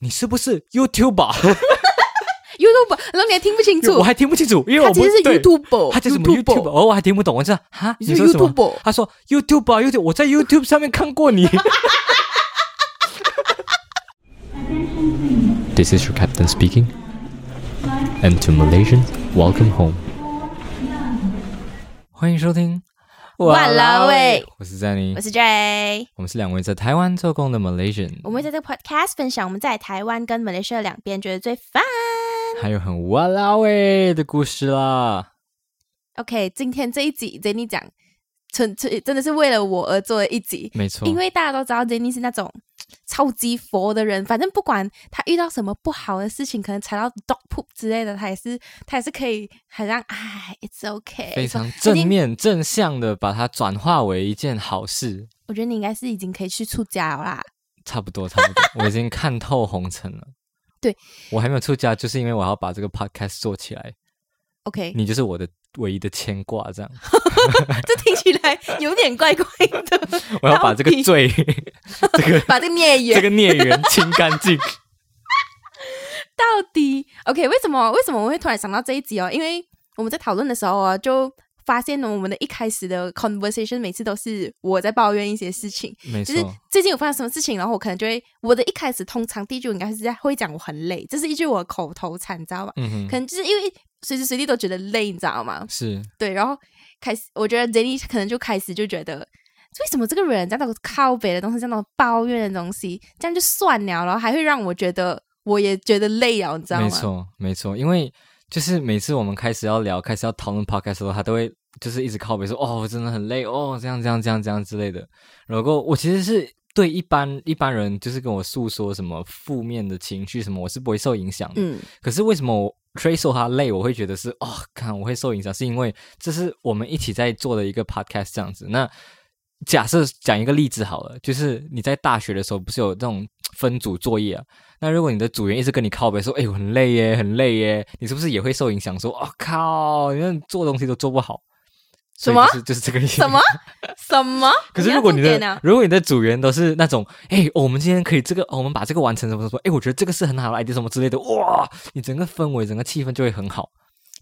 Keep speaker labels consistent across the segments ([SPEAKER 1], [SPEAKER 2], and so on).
[SPEAKER 1] 你是不是
[SPEAKER 2] 哦
[SPEAKER 1] YouTube？
[SPEAKER 2] YouTube，然后你还听不清楚
[SPEAKER 1] 我，还听不清楚，因为我
[SPEAKER 2] 他
[SPEAKER 1] 们
[SPEAKER 2] 其实是
[SPEAKER 1] 对
[SPEAKER 2] YouTube，
[SPEAKER 1] 他叫什么
[SPEAKER 2] YouTuber
[SPEAKER 1] YouTube？哦，我还听不懂，我知道哈，
[SPEAKER 2] 你
[SPEAKER 1] 你
[SPEAKER 2] 是
[SPEAKER 1] 说什么？
[SPEAKER 2] YouTuber，
[SPEAKER 1] 他说 YouTube 啊，YouTube，我在 YouTube 上面看过你。
[SPEAKER 3] This is your captain speaking. And to Malaysians, welcome home.
[SPEAKER 1] 欢迎收听，
[SPEAKER 2] 哇啦喂，
[SPEAKER 3] 我是詹妮
[SPEAKER 2] 我，是 J。
[SPEAKER 3] 我们是两位在台湾做工的 Malaysian，
[SPEAKER 2] 我们会在这个 Podcast 分享我们在台湾跟马来西亚两边觉得最 fun。
[SPEAKER 3] 还有很哇啦喂的故事啦。
[SPEAKER 2] OK，今天这一集 Jenny 讲，纯粹真的是为了我而做的一集，
[SPEAKER 3] 没错，
[SPEAKER 2] 因为大家都知道 Jenny 是那种超级佛的人，反正不管他遇到什么不好的事情，可能踩到 dog poop 之类的，他也是他也是可以很让哎，it's okay，
[SPEAKER 3] 非常
[SPEAKER 2] 已
[SPEAKER 3] 正
[SPEAKER 2] 经
[SPEAKER 3] 面正向的把它转化为一件好事，
[SPEAKER 2] 我觉得你应该是已经可以去出家了啦。
[SPEAKER 3] 差不多差不多，我已经看透红尘了。
[SPEAKER 2] 对，
[SPEAKER 3] 我还没有出家，就是因为我要把这个 podcast 做起来。
[SPEAKER 2] OK，
[SPEAKER 3] 你就是我的唯一的牵挂， 这样
[SPEAKER 2] 这听起来有点怪怪的，
[SPEAKER 3] 我要把这个
[SPEAKER 2] 到底
[SPEAKER 3] 罪， 这个
[SPEAKER 2] 把这个孽缘
[SPEAKER 3] 这个孽缘 清干 净。
[SPEAKER 2] 到底 OK？为什么为什么我会突然想到这一集哦？因为我们在讨论的时候啊，就发现呢，我们的一开始的 conversation 每次都是我在抱怨一些事情，
[SPEAKER 3] 没
[SPEAKER 2] 就是
[SPEAKER 3] 错，
[SPEAKER 2] 最近有发生什么事情，然后我可能就会我的一开始通常第一句我应该是在会讲我很累，这是一句我的口头禅，你知道吧？
[SPEAKER 3] 嗯哼
[SPEAKER 2] 可，能就是因为随时随地都觉得累，你知道吗？
[SPEAKER 3] 是
[SPEAKER 2] 对，然后开始，我觉得 Jenny 可能就开始就觉得，为什么这个人这样的靠北的东西，这样的抱怨的东西，这样就算了，然后还会让我觉得我也觉得累了，你知道吗？
[SPEAKER 3] 没错，没错，因为就是每次我们开始要聊、开始要讨论 podcast 的时候，他都会就是一直靠背说：“哦，我真的很累哦，这样、这样、这样、这样之类的。”然后我其实是对一般一般人就是跟我诉说什么负面的情绪什么，我是不会受影响的。
[SPEAKER 2] 嗯，
[SPEAKER 3] 可是为什么我 Trey 说他累，我会觉得是哦，看我会受影响，是因为这是我们一起在做的一个 podcast 这样子。那假设讲一个例子好了，就是你在大学的时候不是有那种分组作业啊？那如果你的组员一直跟你靠背说：“哎、我很累耶，很累耶”，你是不是也会受影响？说：“哦靠，你看做东西都做不好。”所以
[SPEAKER 2] 什么
[SPEAKER 3] 就是就是这个意思。
[SPEAKER 2] 什么什么？
[SPEAKER 3] 可是如果你
[SPEAKER 2] 要重点
[SPEAKER 3] 的
[SPEAKER 2] 啊
[SPEAKER 3] 如果你的组员都是那种，哎、我们今天可以这个，哦我们把这个完成什么什么，哎、我觉得这个是很好的 idea 什么之类的，哇，你整个氛围、整个气氛就会很好。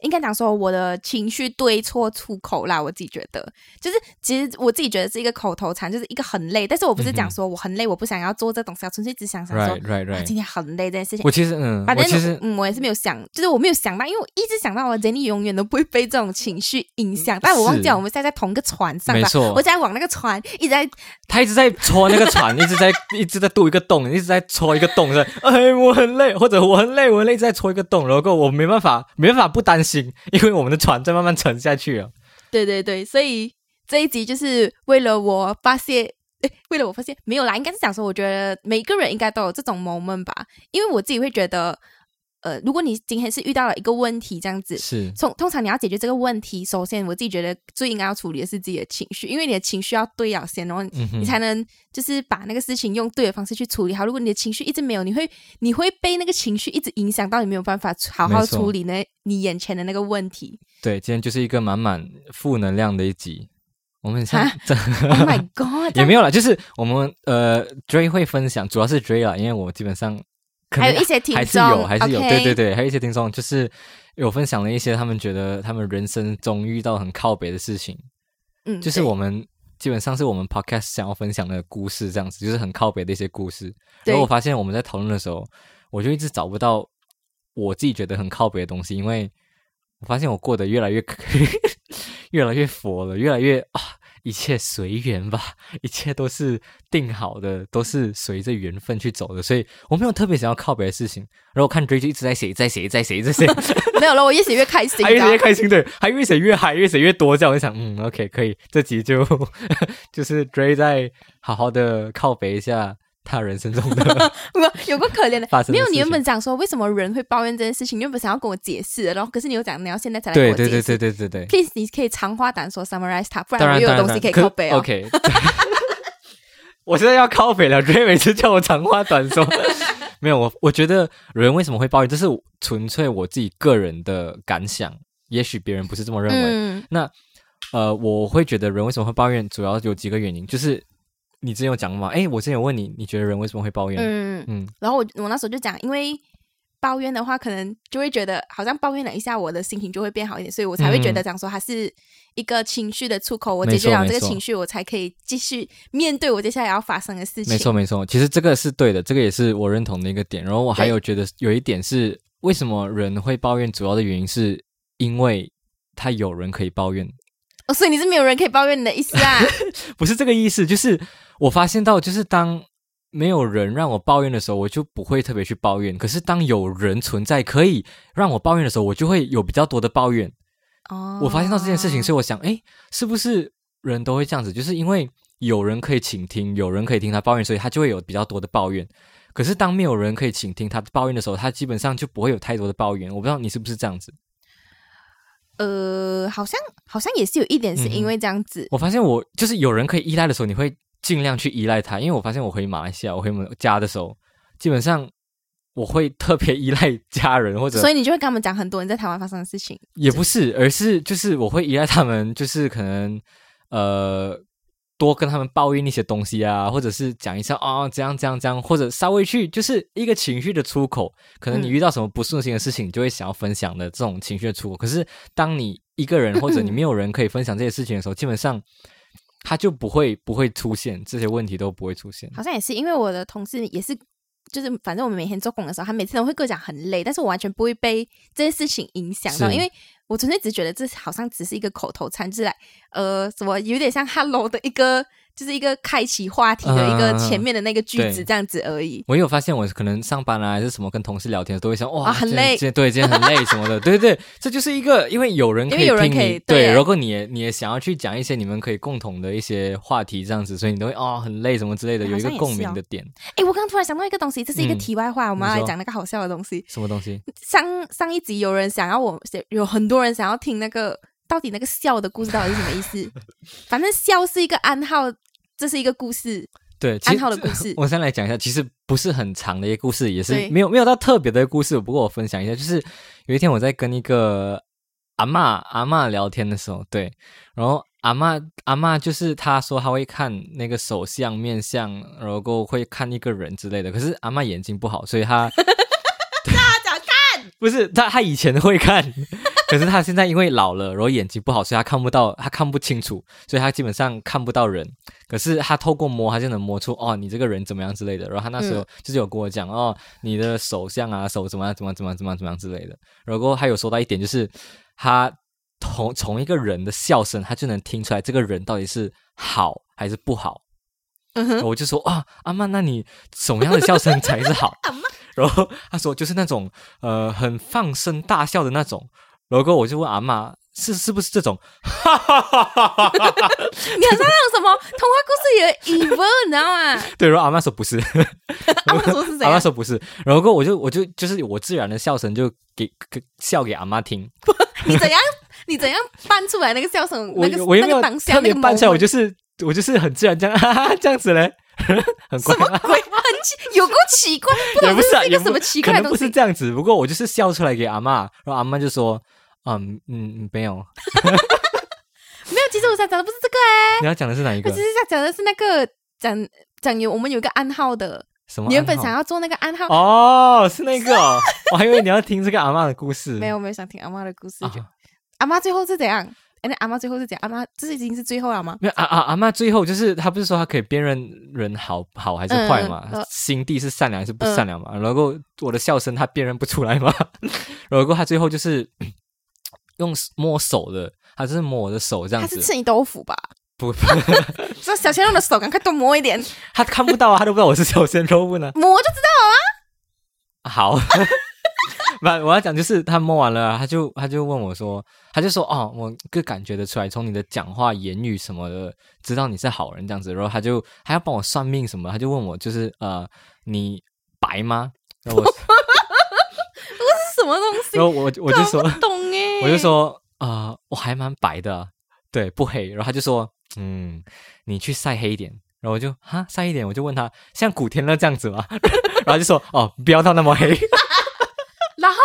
[SPEAKER 2] 应该讲说我的情绪对错出口啦，我自己觉得，就是其实我自己觉得是一个口头禅，就是一个很累，但是我不是
[SPEAKER 3] 嗯
[SPEAKER 2] 讲
[SPEAKER 3] 哼
[SPEAKER 2] 说我很累，我不想要做这东西啊，纯粹只想想说
[SPEAKER 3] Right, right,
[SPEAKER 2] 啊
[SPEAKER 3] right。
[SPEAKER 2] 今天很累这件事情。
[SPEAKER 3] 我其实，嗯，
[SPEAKER 2] 反
[SPEAKER 3] 我
[SPEAKER 2] 正
[SPEAKER 3] 其实
[SPEAKER 2] 嗯，我也是没有想，就是我没有想到，因为我一直想到我 Jenny 永远都不会被这种情绪影响，但我忘记了我们现在在同个船上
[SPEAKER 3] 没
[SPEAKER 2] 吧。
[SPEAKER 3] 错
[SPEAKER 2] 我现在往那个船一直在，
[SPEAKER 3] 他一直在戳那个 船，一直在一直在渡一个洞，一直在戳一个洞，在 哎，我很累，或者我很累，我很累，一直在戳一个洞，然后我没办法，没办法不担心，因为我们的船在慢慢沉下去了。
[SPEAKER 2] 对对对，所以这一集就是为了我发泄，诶，为了我发泄没有啦，应该是讲说，我觉得每个人应该都有这种 moment 吧，因为我自己会觉得，呃，如果你今天是遇到了一个问题这样子，
[SPEAKER 3] 是，
[SPEAKER 2] 通通常你要解决这个问题，首先我自己觉得最应该要处理的是自己的情绪，因为你的情绪要对了先，然后
[SPEAKER 3] 嗯哼
[SPEAKER 2] 你才能就是把那个事情用对的方式去处理好。如果你的情绪一直没有，你会你会被那个情绪一直影响到，你没有办法好好
[SPEAKER 3] 没错
[SPEAKER 2] 处理那你眼前的那个问 题。
[SPEAKER 3] 对，今天就是一个满满负能量的一集，我们很像
[SPEAKER 2] 啊
[SPEAKER 3] 在
[SPEAKER 2] oh my god！
[SPEAKER 3] 也没有啦，就是我们呃，Dray 会分享，主要是 Dray 啦，因为我基本上可能
[SPEAKER 2] 还有一些听众
[SPEAKER 3] 还是有，还是有
[SPEAKER 2] OK
[SPEAKER 3] 对对对，还有一些听众就是有分享了一些他们觉得他们人生中遇到很靠北的事情，
[SPEAKER 2] 嗯，
[SPEAKER 3] 就是我们基本上是我们 podcast 想要分享的故事，这样子就是很靠北的一些故事。
[SPEAKER 2] 对
[SPEAKER 3] 然后我发现我们在讨论的时候，我就一直找不到我自己觉得很靠北的东西，因为我发现我过得越来越 越来越佛了，越来越啊，一切随缘吧， 一切都是定好的，都是随着缘分去走的，所以我没有特别想要靠北的事情。然后我看 Dray 就一直在写，一直在写，一直在写，一直在写。
[SPEAKER 2] 对没有了，我越写越开 心，
[SPEAKER 3] 还
[SPEAKER 2] 你
[SPEAKER 3] 越
[SPEAKER 2] 知道
[SPEAKER 3] 写
[SPEAKER 2] 吗
[SPEAKER 3] 越开心，对，还越写越嗨，越写越多，这样我就想，嗯，OK，可以，这集就 就是 Dray 在好好的靠北一下他人生中的
[SPEAKER 2] 有个可怜的
[SPEAKER 3] 发生的事情
[SPEAKER 2] 没有，你原本讲说为什么人会抱怨这件事情，你原本想要跟我解释的，然后可是你又讲你要现在才来跟
[SPEAKER 3] 对
[SPEAKER 2] 我解
[SPEAKER 3] 对
[SPEAKER 2] 释。
[SPEAKER 3] 对对对对对，
[SPEAKER 2] Please，你可以长话短说，summarize 它，不
[SPEAKER 3] 当
[SPEAKER 2] 我
[SPEAKER 3] 然
[SPEAKER 2] 又
[SPEAKER 3] 当
[SPEAKER 2] 有
[SPEAKER 3] 然
[SPEAKER 2] 东西
[SPEAKER 3] 当
[SPEAKER 2] 以
[SPEAKER 3] 然
[SPEAKER 2] 靠
[SPEAKER 3] 是
[SPEAKER 2] 背哦。
[SPEAKER 3] OK，我现在要靠北了，Dray 每次叫我长话短说， 没有我我觉得人为什么会抱怨，这是纯粹我自己个人的感想，也许别人不是这么认为，
[SPEAKER 2] 嗯，
[SPEAKER 3] 那呃，我会觉得人为什么会抱怨，主要有几个原因，就是你之前有讲嘛？哎，我之前有问你，你觉得人为什么会抱怨？
[SPEAKER 2] 嗯
[SPEAKER 3] 嗯
[SPEAKER 2] 嗯。然后我我那时候就讲，因为抱怨的话，可能就会觉得好像抱怨了一下，我的心情就会变好一点，所以我才会觉得讲说它是一个情绪的出口，我
[SPEAKER 3] 没
[SPEAKER 2] 解决
[SPEAKER 3] 错
[SPEAKER 2] 了
[SPEAKER 3] 嗯
[SPEAKER 2] 这
[SPEAKER 3] 没
[SPEAKER 2] 个
[SPEAKER 3] 错
[SPEAKER 2] 情绪，我才可以继续面对我接下来要发生的事情。
[SPEAKER 3] 没错，没错，其实这个是对的，这个也是我认同的一个点。然后我还有觉得有一点是，为什么人会抱怨，主要的原因是因为他有人可以抱怨，
[SPEAKER 2] 哦，所以你是没有人可以抱怨你的意思 啊？
[SPEAKER 3] 不是这个意思。就是我发现到，就是当没有人让我抱怨的时候，我就不会特别去抱怨。可是当有人存在可以让我抱怨的时候，我就会有比较多的抱怨。
[SPEAKER 2] 哦，
[SPEAKER 3] 我发现到这件事情，所以我想，哎，是不是人都会这样子？就是因为有人可以倾听，有人可以听他抱怨，所以他就会有比较多的抱怨。可是当没有人可以倾听他抱怨的时候，他基本上就不会有太多的抱怨。我不知道你是不是这样子。
[SPEAKER 2] 呃，好像好像也是有一点是因为这样子，
[SPEAKER 3] 我发现我就是有人可以依赖的时候，你会尽量去依赖他。因为我发现我回马来西亚，我回我们家的时候，基本上我会特别依赖家人，或者
[SPEAKER 2] 所以你就会跟他们讲很多你在台湾发生的事情。
[SPEAKER 3] 也不是，而是就是我会依赖他们，就是可能呃多跟他们抱怨一些东西啊，或者是讲一下啊、怎样怎样怎样，或者稍微去就是一个情绪的出口。可能你
[SPEAKER 2] 嗯
[SPEAKER 3] 遇到什么不顺心的事情，你就会想要分享的这种情绪的出口。可是当你一个人或者你没有人可以分享这些事情的时候，基本上他就不会不会出现这些问题都不会出现。
[SPEAKER 2] 好像也是因为我的同事也是，就是反正我们每天做工的时候，他每次都会跟我讲很累，但是我完全不会被这些事情影响到，
[SPEAKER 3] 是
[SPEAKER 2] 因为我纯粹只觉得这好像只是一个口头禅，就是来呃什么有点像 hello 的一个，就是一个开启话题的一个
[SPEAKER 3] 嗯嗯嗯
[SPEAKER 2] 前面的那个句子
[SPEAKER 3] 对
[SPEAKER 2] 这样子而已。
[SPEAKER 3] 我有发现，我可能上班啊还是什么，跟同事聊天都会想哇、
[SPEAKER 2] 啊很
[SPEAKER 3] 今天
[SPEAKER 2] 累
[SPEAKER 3] 今天对，今天很累什么 的，对对对，这就是一个因为有人可以
[SPEAKER 2] 因为有人
[SPEAKER 3] 听你
[SPEAKER 2] 可以对
[SPEAKER 3] 对，如果你也你也想要去讲一些你们可以共同的一些话题这样子，所以你都会哦很累什么之类的，
[SPEAKER 2] 好
[SPEAKER 3] 有一个
[SPEAKER 2] 像也
[SPEAKER 3] 共
[SPEAKER 2] 是
[SPEAKER 3] 鸣
[SPEAKER 2] 哦
[SPEAKER 3] 的点，
[SPEAKER 2] 诶，我刚刚突然想到一个东西，这是一个
[SPEAKER 3] 嗯
[SPEAKER 2] 题外话，我们要
[SPEAKER 3] 你
[SPEAKER 2] 来
[SPEAKER 3] 说
[SPEAKER 2] 讲那个好笑的东西。
[SPEAKER 3] 什么东西？
[SPEAKER 2] 上上一集有人想要我，有很多人想要听那个到底那个笑的故事到底是什么意思？ 反正笑是一个暗号，这是一个故事，
[SPEAKER 3] 对，其
[SPEAKER 2] 暗
[SPEAKER 3] 实
[SPEAKER 2] 号的故事。
[SPEAKER 3] 我先来讲一下，其实不是很长的一个故事，也是
[SPEAKER 2] 对
[SPEAKER 3] 没有没有到特别的故事。不过我分享一下，就是有一天我在跟一个阿嬷阿嬷聊天的时候，对，然后阿嬷阿嬷就是她说她会看那个手相面相，然后会看一个人之类的。可是阿嬷眼睛不好，所以 她
[SPEAKER 2] 大家看，
[SPEAKER 3] 不是她她以前会看， 可是她现在因为老了，然后眼睛不好，所以她看不到，她看不清楚，所以她基本上看不到人。可是她透过摸，她就能摸出哦，你这个人怎么样之类的。然后她那时候就是有跟我讲、哦，你的手相啊，手怎么样怎么样怎么样怎么样怎么样之类的。然后还有说到一点，就是她从从一个人的笑声，她就能听出来这个人到底是好还是不好。
[SPEAKER 2] 嗯哼，
[SPEAKER 3] 我就说啊，阿曼，那你什么样的笑声才是 好？然后他说就是那种呃很放声大笑的那种。然后我就问阿妈是是不是这种？哈哈哈哈哈哈！
[SPEAKER 2] 你好像那种什么童话故事里的 evil，你知道 吗？
[SPEAKER 3] 对，然后阿妈说不是，
[SPEAKER 2] 阿妈说是谁
[SPEAKER 3] 阿妈
[SPEAKER 2] 啊？
[SPEAKER 3] 说不是。然后我就我就就是我自然的笑声就给给笑给阿妈听。
[SPEAKER 2] 你怎样？你怎样扮出来那个笑声？
[SPEAKER 3] 我
[SPEAKER 2] 那个
[SPEAKER 3] 我也
[SPEAKER 2] 那
[SPEAKER 3] 没有
[SPEAKER 2] 个当下
[SPEAKER 3] 特
[SPEAKER 2] 那
[SPEAKER 3] 别
[SPEAKER 2] 个
[SPEAKER 3] 扮出来，我
[SPEAKER 2] moment
[SPEAKER 3] 就是我就是很自然这样 哈哈这样子嘞，很怪
[SPEAKER 2] 什 么鬼？很奇，有够奇怪，不
[SPEAKER 3] 也
[SPEAKER 2] 懂
[SPEAKER 3] 不
[SPEAKER 2] 这
[SPEAKER 3] 是啊，
[SPEAKER 2] 是一
[SPEAKER 3] 也
[SPEAKER 2] 个
[SPEAKER 3] 不
[SPEAKER 2] 什么奇怪
[SPEAKER 3] 可能
[SPEAKER 2] 的东
[SPEAKER 3] 不是
[SPEAKER 2] 西。
[SPEAKER 3] 这样子。不过我就是笑出来给阿妈，然后阿妈就说：“嗯嗯，没有。
[SPEAKER 2] 没有，其实我想讲的不是这个哎、”
[SPEAKER 3] 你要讲的是哪一
[SPEAKER 2] 我
[SPEAKER 3] 个
[SPEAKER 2] 其？实想讲的是那个讲讲有我们有一个暗号的，
[SPEAKER 3] 什么暗号？
[SPEAKER 2] 你原本想要做那个暗号，
[SPEAKER 3] 哦，是那个哦，我还以为你要听这个阿妈的故事。
[SPEAKER 2] 没有没有想听阿妈的故事，
[SPEAKER 3] 啊
[SPEAKER 2] 就阿妈最后是怎样？哎，那阿妈最后是怎样？阿妈这已经是最后了吗？
[SPEAKER 3] 没有啊啊！阿妈最后就是她不是说她可以辨认人好好还是坏嘛
[SPEAKER 2] 嗯嗯嗯？嗯
[SPEAKER 3] 心地是善良还是不善良嘛？然后我的笑声她辨认不出来嘛？ 然后她最后就是 嗯用摸手的，她就是摸我的手这样
[SPEAKER 2] 他
[SPEAKER 3] 子
[SPEAKER 2] 是，吃你豆腐吧？
[SPEAKER 3] 不，不
[SPEAKER 2] 说小鲜肉的手赶快多磨一点，
[SPEAKER 3] 她看不到啊，她都不知道我是小鲜肉不呢。
[SPEAKER 2] 磨就知道了啊。
[SPEAKER 3] 好， 不，我要讲就是他摸完了，他就他就问我说，他就说哦，我个感觉得出来，从你的讲话、言语什么的，知道你是好人这样子。然后他就还要帮我算命什么的，他就问我就是呃，你白吗？然后我
[SPEAKER 2] 这是什么东西？
[SPEAKER 3] 然后我我就说
[SPEAKER 2] 搞不懂哎，
[SPEAKER 3] 我就说呃，我还蛮白的，啊对，不黑。然后他就说嗯，你去晒黑一点。然后我就哈晒一点，我就问他像古天乐这样子吗？ 然后他就说哦，不要到那么黑。
[SPEAKER 2] 然后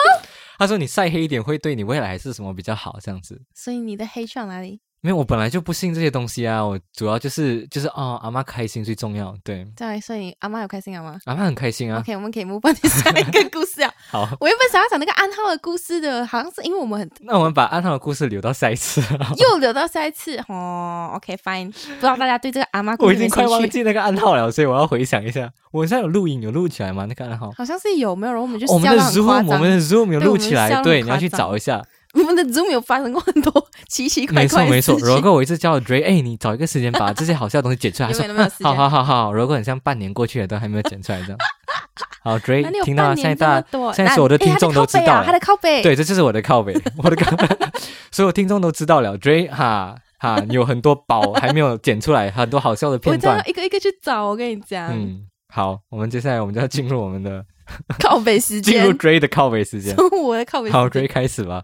[SPEAKER 3] 他说你晒黑一点会对你未来是什么比较好？这样子
[SPEAKER 2] 所以你的黑去了哪里？
[SPEAKER 3] 没有，我本来就不信这些东西啊，我主要就是就是哦，阿妈开心最重要。对，
[SPEAKER 2] 这样，所以你阿妈有开心好吗、
[SPEAKER 3] 阿妈很开心啊。
[SPEAKER 2] OK，我们可以 move on 下一个故事啊。
[SPEAKER 3] 好，
[SPEAKER 2] 我原本想要讲那个暗号的故事的，好像是因为我们很
[SPEAKER 3] 那我们把安堂的故事留到下一次啊。
[SPEAKER 2] 又留到下一次哦。OK，fine，不知道大家对这个阿妈故
[SPEAKER 3] 我
[SPEAKER 2] 事
[SPEAKER 3] 已
[SPEAKER 2] 有没
[SPEAKER 3] 经
[SPEAKER 2] 有
[SPEAKER 3] 快忘
[SPEAKER 2] 兴趣？
[SPEAKER 3] 记那个暗号了，所以我要回想一下。我现在有录影，有录起来吗？那个暗号？
[SPEAKER 2] 好像是有没有？然后我们就
[SPEAKER 3] 我们
[SPEAKER 2] 笑
[SPEAKER 3] 的
[SPEAKER 2] 到很夸
[SPEAKER 3] Zoom，我
[SPEAKER 2] 张。
[SPEAKER 3] 们的 Zoom 有
[SPEAKER 2] 对我
[SPEAKER 3] 录
[SPEAKER 2] 们
[SPEAKER 3] 起来，
[SPEAKER 2] 笑
[SPEAKER 3] 对，
[SPEAKER 2] 得
[SPEAKER 3] 你要去
[SPEAKER 2] 夸张
[SPEAKER 3] 找一下。
[SPEAKER 2] 我们的 Zoom 有发生过很多奇奇怪
[SPEAKER 3] 没错
[SPEAKER 2] 怪的
[SPEAKER 3] 没
[SPEAKER 2] 事情。
[SPEAKER 3] 错，柔哥我一直叫 Dray，哎，你找一个时间把这些好笑的东西剪出来。他
[SPEAKER 2] 有
[SPEAKER 3] 说
[SPEAKER 2] 没有那么有时，间
[SPEAKER 3] 好好好好，柔哥很像半年过去了都还 没有剪出来这样。好
[SPEAKER 2] 哪里
[SPEAKER 3] ，Dray
[SPEAKER 2] 有
[SPEAKER 3] 哎听到啊了，
[SPEAKER 2] 半
[SPEAKER 3] 现在
[SPEAKER 2] 年这
[SPEAKER 3] 大
[SPEAKER 2] 么
[SPEAKER 3] 家
[SPEAKER 2] 多？
[SPEAKER 3] 现在
[SPEAKER 2] 那
[SPEAKER 3] 所有的
[SPEAKER 2] 哎
[SPEAKER 3] 听众都知道了
[SPEAKER 2] 他的靠背啊，他的靠背，
[SPEAKER 3] 对，这就是我的靠 背， 我的靠，所有听众都知道了，Dray 哈哈，你有很多宝还没有剪出来，很多好笑的
[SPEAKER 2] 我
[SPEAKER 3] 片
[SPEAKER 2] 真的
[SPEAKER 3] 段
[SPEAKER 2] 要。一个一个去找。我跟你讲，
[SPEAKER 3] 嗯，好，我们接下来我们就要进入我们的
[SPEAKER 2] 靠背时
[SPEAKER 3] 进入
[SPEAKER 2] 间，
[SPEAKER 3] Dray 的靠背时间。
[SPEAKER 2] 我的靠 背时
[SPEAKER 3] 好
[SPEAKER 2] 间。
[SPEAKER 3] ，Dray 开始吧。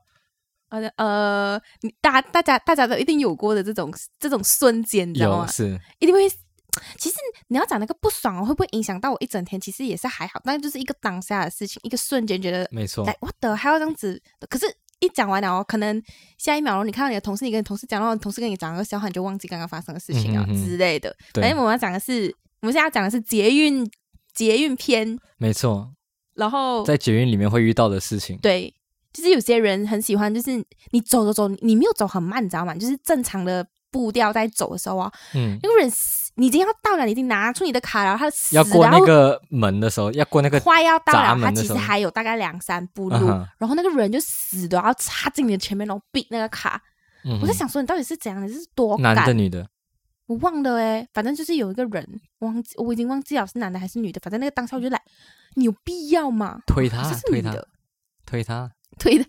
[SPEAKER 2] 好的，呃，你大大家大家都一定有过的这种这种瞬间，你知道
[SPEAKER 3] 有啊
[SPEAKER 2] 吗？
[SPEAKER 3] 是
[SPEAKER 2] 一定会。其实你要讲那个不爽哦，会不会影响到我一整天？其实也是还好，但就是一个当下的事情，一个瞬间觉得
[SPEAKER 3] 没错
[SPEAKER 2] 来，我的还要这样子。可是，一讲完了哦，可能下一秒钟你看到你的同事，你跟你同事讲，然后同事跟你讲个笑话，你就忘记刚刚发生的事情啊
[SPEAKER 3] 嗯哼哼
[SPEAKER 2] 之类的。
[SPEAKER 3] 对
[SPEAKER 2] 反哎正我们要讲的是，我们现在要讲的是捷运捷运篇，
[SPEAKER 3] 没错，
[SPEAKER 2] 然后
[SPEAKER 3] 在捷运里面会遇到的事情。
[SPEAKER 2] 对，就是有些人很喜欢，就是你走走走，你你没有走很慢，你知道吗？就是正常的步调在走的时候啊，
[SPEAKER 3] 嗯，
[SPEAKER 2] 那个人死你已经要到了，你已经拿出你的卡了，他死
[SPEAKER 3] 要
[SPEAKER 2] 了，
[SPEAKER 3] 过那个门的时候，要过那个
[SPEAKER 2] 快要到
[SPEAKER 3] 闸
[SPEAKER 2] 了，他
[SPEAKER 3] 门的
[SPEAKER 2] 其
[SPEAKER 3] 时
[SPEAKER 2] 实
[SPEAKER 3] 候
[SPEAKER 2] 还有大概两三步
[SPEAKER 3] 嗯
[SPEAKER 2] 路，
[SPEAKER 3] 哼
[SPEAKER 2] 然后那个人就死都要插进你的前面，然后逼那个卡。
[SPEAKER 3] 嗯
[SPEAKER 2] 我在
[SPEAKER 3] 哼
[SPEAKER 2] 想说，你到底是怎样，你是多
[SPEAKER 3] 男的
[SPEAKER 2] 赶？
[SPEAKER 3] 女的，
[SPEAKER 2] 我忘了哎、反正就是有一个人，忘记我已经忘记了是男的还是女的，反正那个当下我就来，你有必要吗？
[SPEAKER 3] 推
[SPEAKER 2] 好
[SPEAKER 3] 他
[SPEAKER 2] 像是
[SPEAKER 3] 推
[SPEAKER 2] 女
[SPEAKER 3] 他
[SPEAKER 2] 的，
[SPEAKER 3] 推他，
[SPEAKER 2] 推的。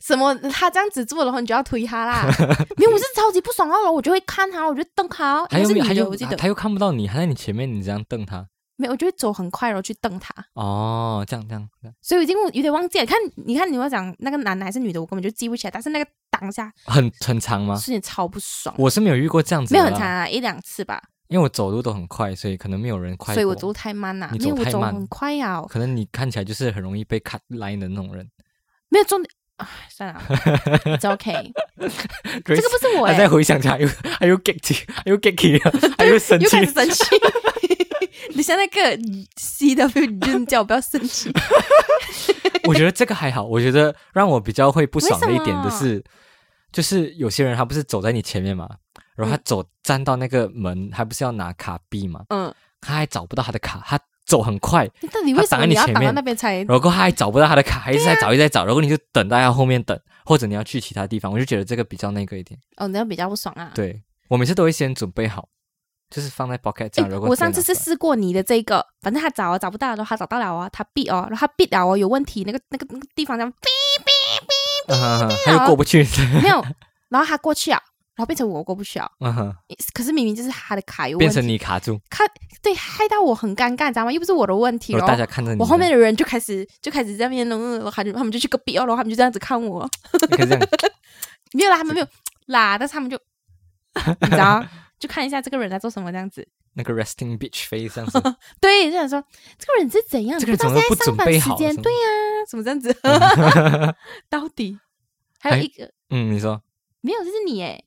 [SPEAKER 2] 什么？他这样子做的话，你就要推他啦。没有，我是超级不爽到了，我就会看他，我就瞪他哦。
[SPEAKER 3] 还有
[SPEAKER 2] 因为
[SPEAKER 3] 没有
[SPEAKER 2] 是
[SPEAKER 3] 还
[SPEAKER 2] 女的，
[SPEAKER 3] 有啊
[SPEAKER 2] 我记得
[SPEAKER 3] 他又看不到你，还在你前面，你这样瞪他。
[SPEAKER 2] 没有，我就会走很快，然后去瞪他。
[SPEAKER 3] 哦，这样这样，这样
[SPEAKER 2] 所以我已经有点忘记了。看，你看你要讲那个男的还是女的，我根本就记不起来。但是那个当下
[SPEAKER 3] 很很长吗？
[SPEAKER 2] 瞬间超不爽，
[SPEAKER 3] 啊我是没有遇过这样子，
[SPEAKER 2] 没有很长，啊，一两次吧。
[SPEAKER 3] 因为我走路都很快，所以可能没有人快过。
[SPEAKER 2] 所以我走太慢了、
[SPEAKER 3] 你
[SPEAKER 2] 没有
[SPEAKER 3] 走
[SPEAKER 2] 我
[SPEAKER 3] 太
[SPEAKER 2] 走
[SPEAKER 3] 慢
[SPEAKER 2] 很快呀、哦
[SPEAKER 3] 可能你看起来就是很容易被 cut line 的那种人。
[SPEAKER 2] 没有重点。唉，算 了，It's OK。
[SPEAKER 3] 这
[SPEAKER 2] 这个不是我、
[SPEAKER 3] 还
[SPEAKER 2] 欸，
[SPEAKER 3] 啊在回想起来，又还又 get，还又 get，还又生
[SPEAKER 2] 又开始
[SPEAKER 3] 气。
[SPEAKER 2] 生气。你像那个 CW，你就是叫我不要生气。
[SPEAKER 3] 我觉得这个还好，我觉得让我比较会不爽的一点
[SPEAKER 2] 为什么
[SPEAKER 3] 的是，就是有些人他不是走在你前面嘛，然后他走站到那个门，还不是要拿卡币嘛，
[SPEAKER 2] 嗯，
[SPEAKER 3] 他还找不到他的卡，他走很快，
[SPEAKER 2] 你到底为什么你要
[SPEAKER 3] 他挡在你前
[SPEAKER 2] 挡
[SPEAKER 3] 面
[SPEAKER 2] 到那边才？
[SPEAKER 3] 然后他还找不到他的卡，还一直在找，一直在找，然后你就等到他后面等，或者你要去其他地方，我就觉得这个比较那个一点。
[SPEAKER 2] 哦，你要比较不爽啊。
[SPEAKER 3] 对我每次都会先准备好，就是放在 pocket 这
[SPEAKER 2] 诶
[SPEAKER 3] 样。如果
[SPEAKER 2] 我上次
[SPEAKER 3] 直接拿出
[SPEAKER 2] 是
[SPEAKER 3] 来
[SPEAKER 2] 试过你的这个，反正他找啊找不到，然后他找到了哦，他闭哦，然后他闭了哦，有问题，那个那个那个地方这样
[SPEAKER 3] 嗯哼哼他又过不去，
[SPEAKER 2] 啊 没有，然后他过去啊，然后变成我过不去啊，
[SPEAKER 3] 嗯哼，
[SPEAKER 2] 可是明明就是他的卡有问
[SPEAKER 3] 变成
[SPEAKER 2] 题，
[SPEAKER 3] 你卡住，
[SPEAKER 2] 他对害到我很尴尬，你知道吗？又不是我的问题
[SPEAKER 3] 然后大
[SPEAKER 2] 哦。
[SPEAKER 3] 家看着你，
[SPEAKER 2] 我后面的人就开始就开始在那边弄，然后他就他们就去隔壁哦，然后他们就这样子看我，
[SPEAKER 3] 你可以这样，
[SPEAKER 2] 没有啦，他们 没有啦，但是他们就 你知道，就看一下这个人在做什么这样子。
[SPEAKER 3] 那个 resting bitch face 这 样子，
[SPEAKER 2] 对，就想说这个人是怎样，
[SPEAKER 3] 这个人
[SPEAKER 2] 不
[SPEAKER 3] 怎
[SPEAKER 2] 知道
[SPEAKER 3] 么
[SPEAKER 2] 现
[SPEAKER 3] 不
[SPEAKER 2] 在上
[SPEAKER 3] 准
[SPEAKER 2] 班
[SPEAKER 3] 备
[SPEAKER 2] 时
[SPEAKER 3] 好
[SPEAKER 2] 间
[SPEAKER 3] 什么
[SPEAKER 2] 对呀、怎么这样子？ 到底还
[SPEAKER 3] 还
[SPEAKER 2] 有一个
[SPEAKER 3] 嗯，你说。
[SPEAKER 2] 没有，就是你哎，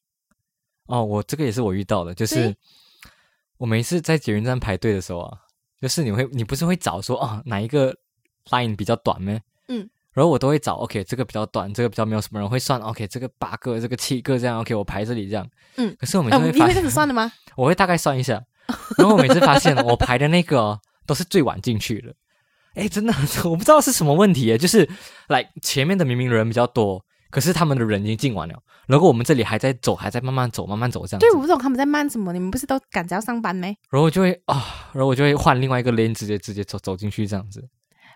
[SPEAKER 3] 哦，我这个也是我遇到的，就是
[SPEAKER 2] 对
[SPEAKER 3] 我每一次在捷运站排队的时候啊，就是你会你不是会找说啊、哪一个 line 比较短咩？
[SPEAKER 2] 嗯，
[SPEAKER 3] 然后我都会找 OK 这个比较短，这个比较没有什么人会算 OK 这个八个这个七个这样 OK 我排这里这样，
[SPEAKER 2] 嗯
[SPEAKER 3] 可是我每次
[SPEAKER 2] 呃
[SPEAKER 3] 会
[SPEAKER 2] 你
[SPEAKER 3] 发
[SPEAKER 2] 会这
[SPEAKER 3] 现，
[SPEAKER 2] 样子算 的吗？
[SPEAKER 3] 我会大概算一下，然后我每次发现我排的那个哦、都是最晚进去的。哎，真的， 我不知道是什么问题耶，就是来前面的明明人比较多，可是他们的人已经进完了，然后我们这里还在走，还在慢慢走，慢慢走这样子。
[SPEAKER 2] 对，我不懂他们在慢什么，你们不是都赶着要上班没？
[SPEAKER 3] 然后我就会啊、然后我就会换另外一个 lane，直接直接走走进去这样子。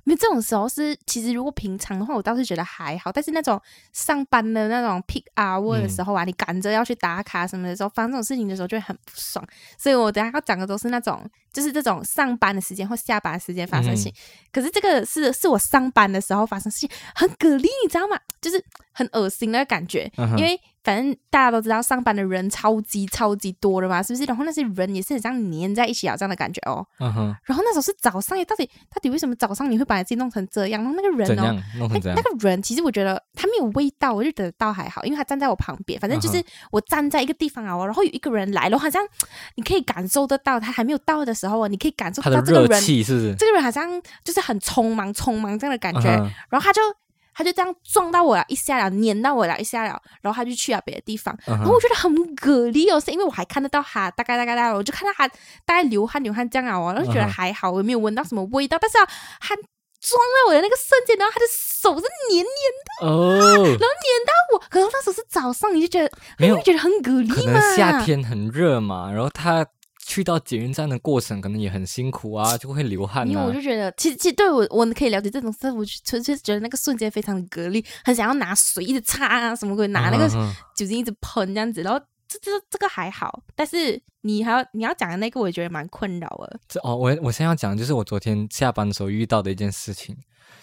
[SPEAKER 2] 没有这种时候是，其实如果平常的话，我倒是觉得还好。但是那种上班的那种 peak hour
[SPEAKER 3] 嗯
[SPEAKER 2] 的时候啊，你赶着要去打卡什么的时候，发生这种事情的时候就会很不爽。所以我等一下要讲的都是那种，就是这种上班的时间或下班的时间发生的事情。
[SPEAKER 3] 嗯
[SPEAKER 2] 可是这个是是我上班的时候发生的事情，很蛤蜊，你知道吗？就是很恶心那个感觉。
[SPEAKER 3] 嗯哼
[SPEAKER 2] 因为反正大家都知道上班的人超级超级多的嘛，是不是？然后那些人也是很像粘在一起啊，这样的感觉哦。
[SPEAKER 3] 嗯哼，
[SPEAKER 2] 然后那时候是早上耶，到底到底为什么早上你会把自己弄成这样？然后那个
[SPEAKER 3] 怎
[SPEAKER 2] 人哦，
[SPEAKER 3] 样弄
[SPEAKER 2] 那
[SPEAKER 3] 成怎样
[SPEAKER 2] 那？个人其实我觉得他没有味道，我就觉得倒还好，因为他站在我旁边，反
[SPEAKER 3] 嗯
[SPEAKER 2] 正就是我站在一个地方啊，然后有一个人来了，好像你可以感受得到他还没有到的时候，你可以感受
[SPEAKER 3] 他
[SPEAKER 2] 得
[SPEAKER 3] 的
[SPEAKER 2] 到这个
[SPEAKER 3] 热
[SPEAKER 2] 人，
[SPEAKER 3] 气是不是？
[SPEAKER 2] 这个人好像就是很匆忙匆忙这样的感觉，
[SPEAKER 3] 嗯哼
[SPEAKER 2] 然后他就他就这样撞到我了一下了，碾到我了一下了，然后他就去了别的地方，
[SPEAKER 3] 嗯
[SPEAKER 2] 然后
[SPEAKER 3] 哼，
[SPEAKER 2] 我觉得很蛤蜊哦，是因为我还看得到他大概大概大概，我就看到他大概流汗流汗这样啊，我就觉得
[SPEAKER 3] 嗯哼
[SPEAKER 2] 还好，我也没有闻到什么味道，但是啊，他撞到我的那个瞬间，然后他的手是黏黏
[SPEAKER 3] 哦，
[SPEAKER 2] 我，可是那时候是早上，你就觉得
[SPEAKER 3] 没 有
[SPEAKER 2] 你会觉得很蛤
[SPEAKER 3] 可
[SPEAKER 2] 蜊
[SPEAKER 3] 能
[SPEAKER 2] 嘛？
[SPEAKER 3] 夏天很热嘛，然后他去到捷运站的过程可能也很辛苦啊，就会流汗
[SPEAKER 2] 因为
[SPEAKER 3] 啊
[SPEAKER 2] 我。就觉得，其实其实对我我可以了解这种事，我就纯粹是觉得那个瞬间非常蛤蜊，很想要拿水一直擦啊，什么鬼，拿那个
[SPEAKER 3] 嗯哼
[SPEAKER 2] 酒精一直喷这样子，然后这这这个还好，但是你还要你要讲的那个，我也觉得蛮困扰的。
[SPEAKER 3] 这哦，我我先要讲，就是我昨天下班的时候遇到的一件事情，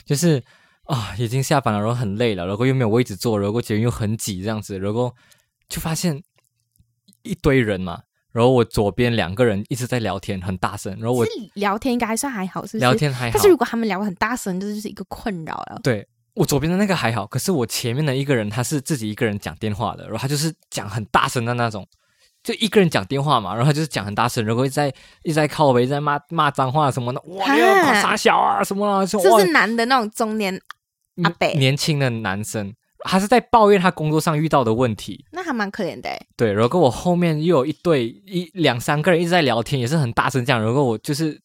[SPEAKER 3] 就是啊、已经下班了，然后很累了，然后又没有位置坐，然后捷运又很挤这样子，然后就发现一堆人嘛，然后我左边两个人一直在聊天，很大声，然后我
[SPEAKER 2] 是聊天应该还算还好，是不是？
[SPEAKER 3] 聊天还好
[SPEAKER 2] 但是，如果他们聊得很大声，这就是一个困扰了。
[SPEAKER 3] 对我左边的那个还好，可是我前面的一个人他是自己一个人讲电话的，然后他就是讲很大声的那种，就一个人讲电话嘛，然后他就是讲很大声，然后一直在一直在靠背，一直在骂骂脏话什么的，哇，你要搞傻小啊什么啊，就是哇
[SPEAKER 2] 不是男的那种中年？阿伯
[SPEAKER 3] 年轻的男生，他是在抱怨他工作上遇到的问题。
[SPEAKER 2] 那还蛮可怜的欸。
[SPEAKER 3] 对，然后跟我后面又有一对一两三个人一直在聊天，也是很大声这样。然后我就是，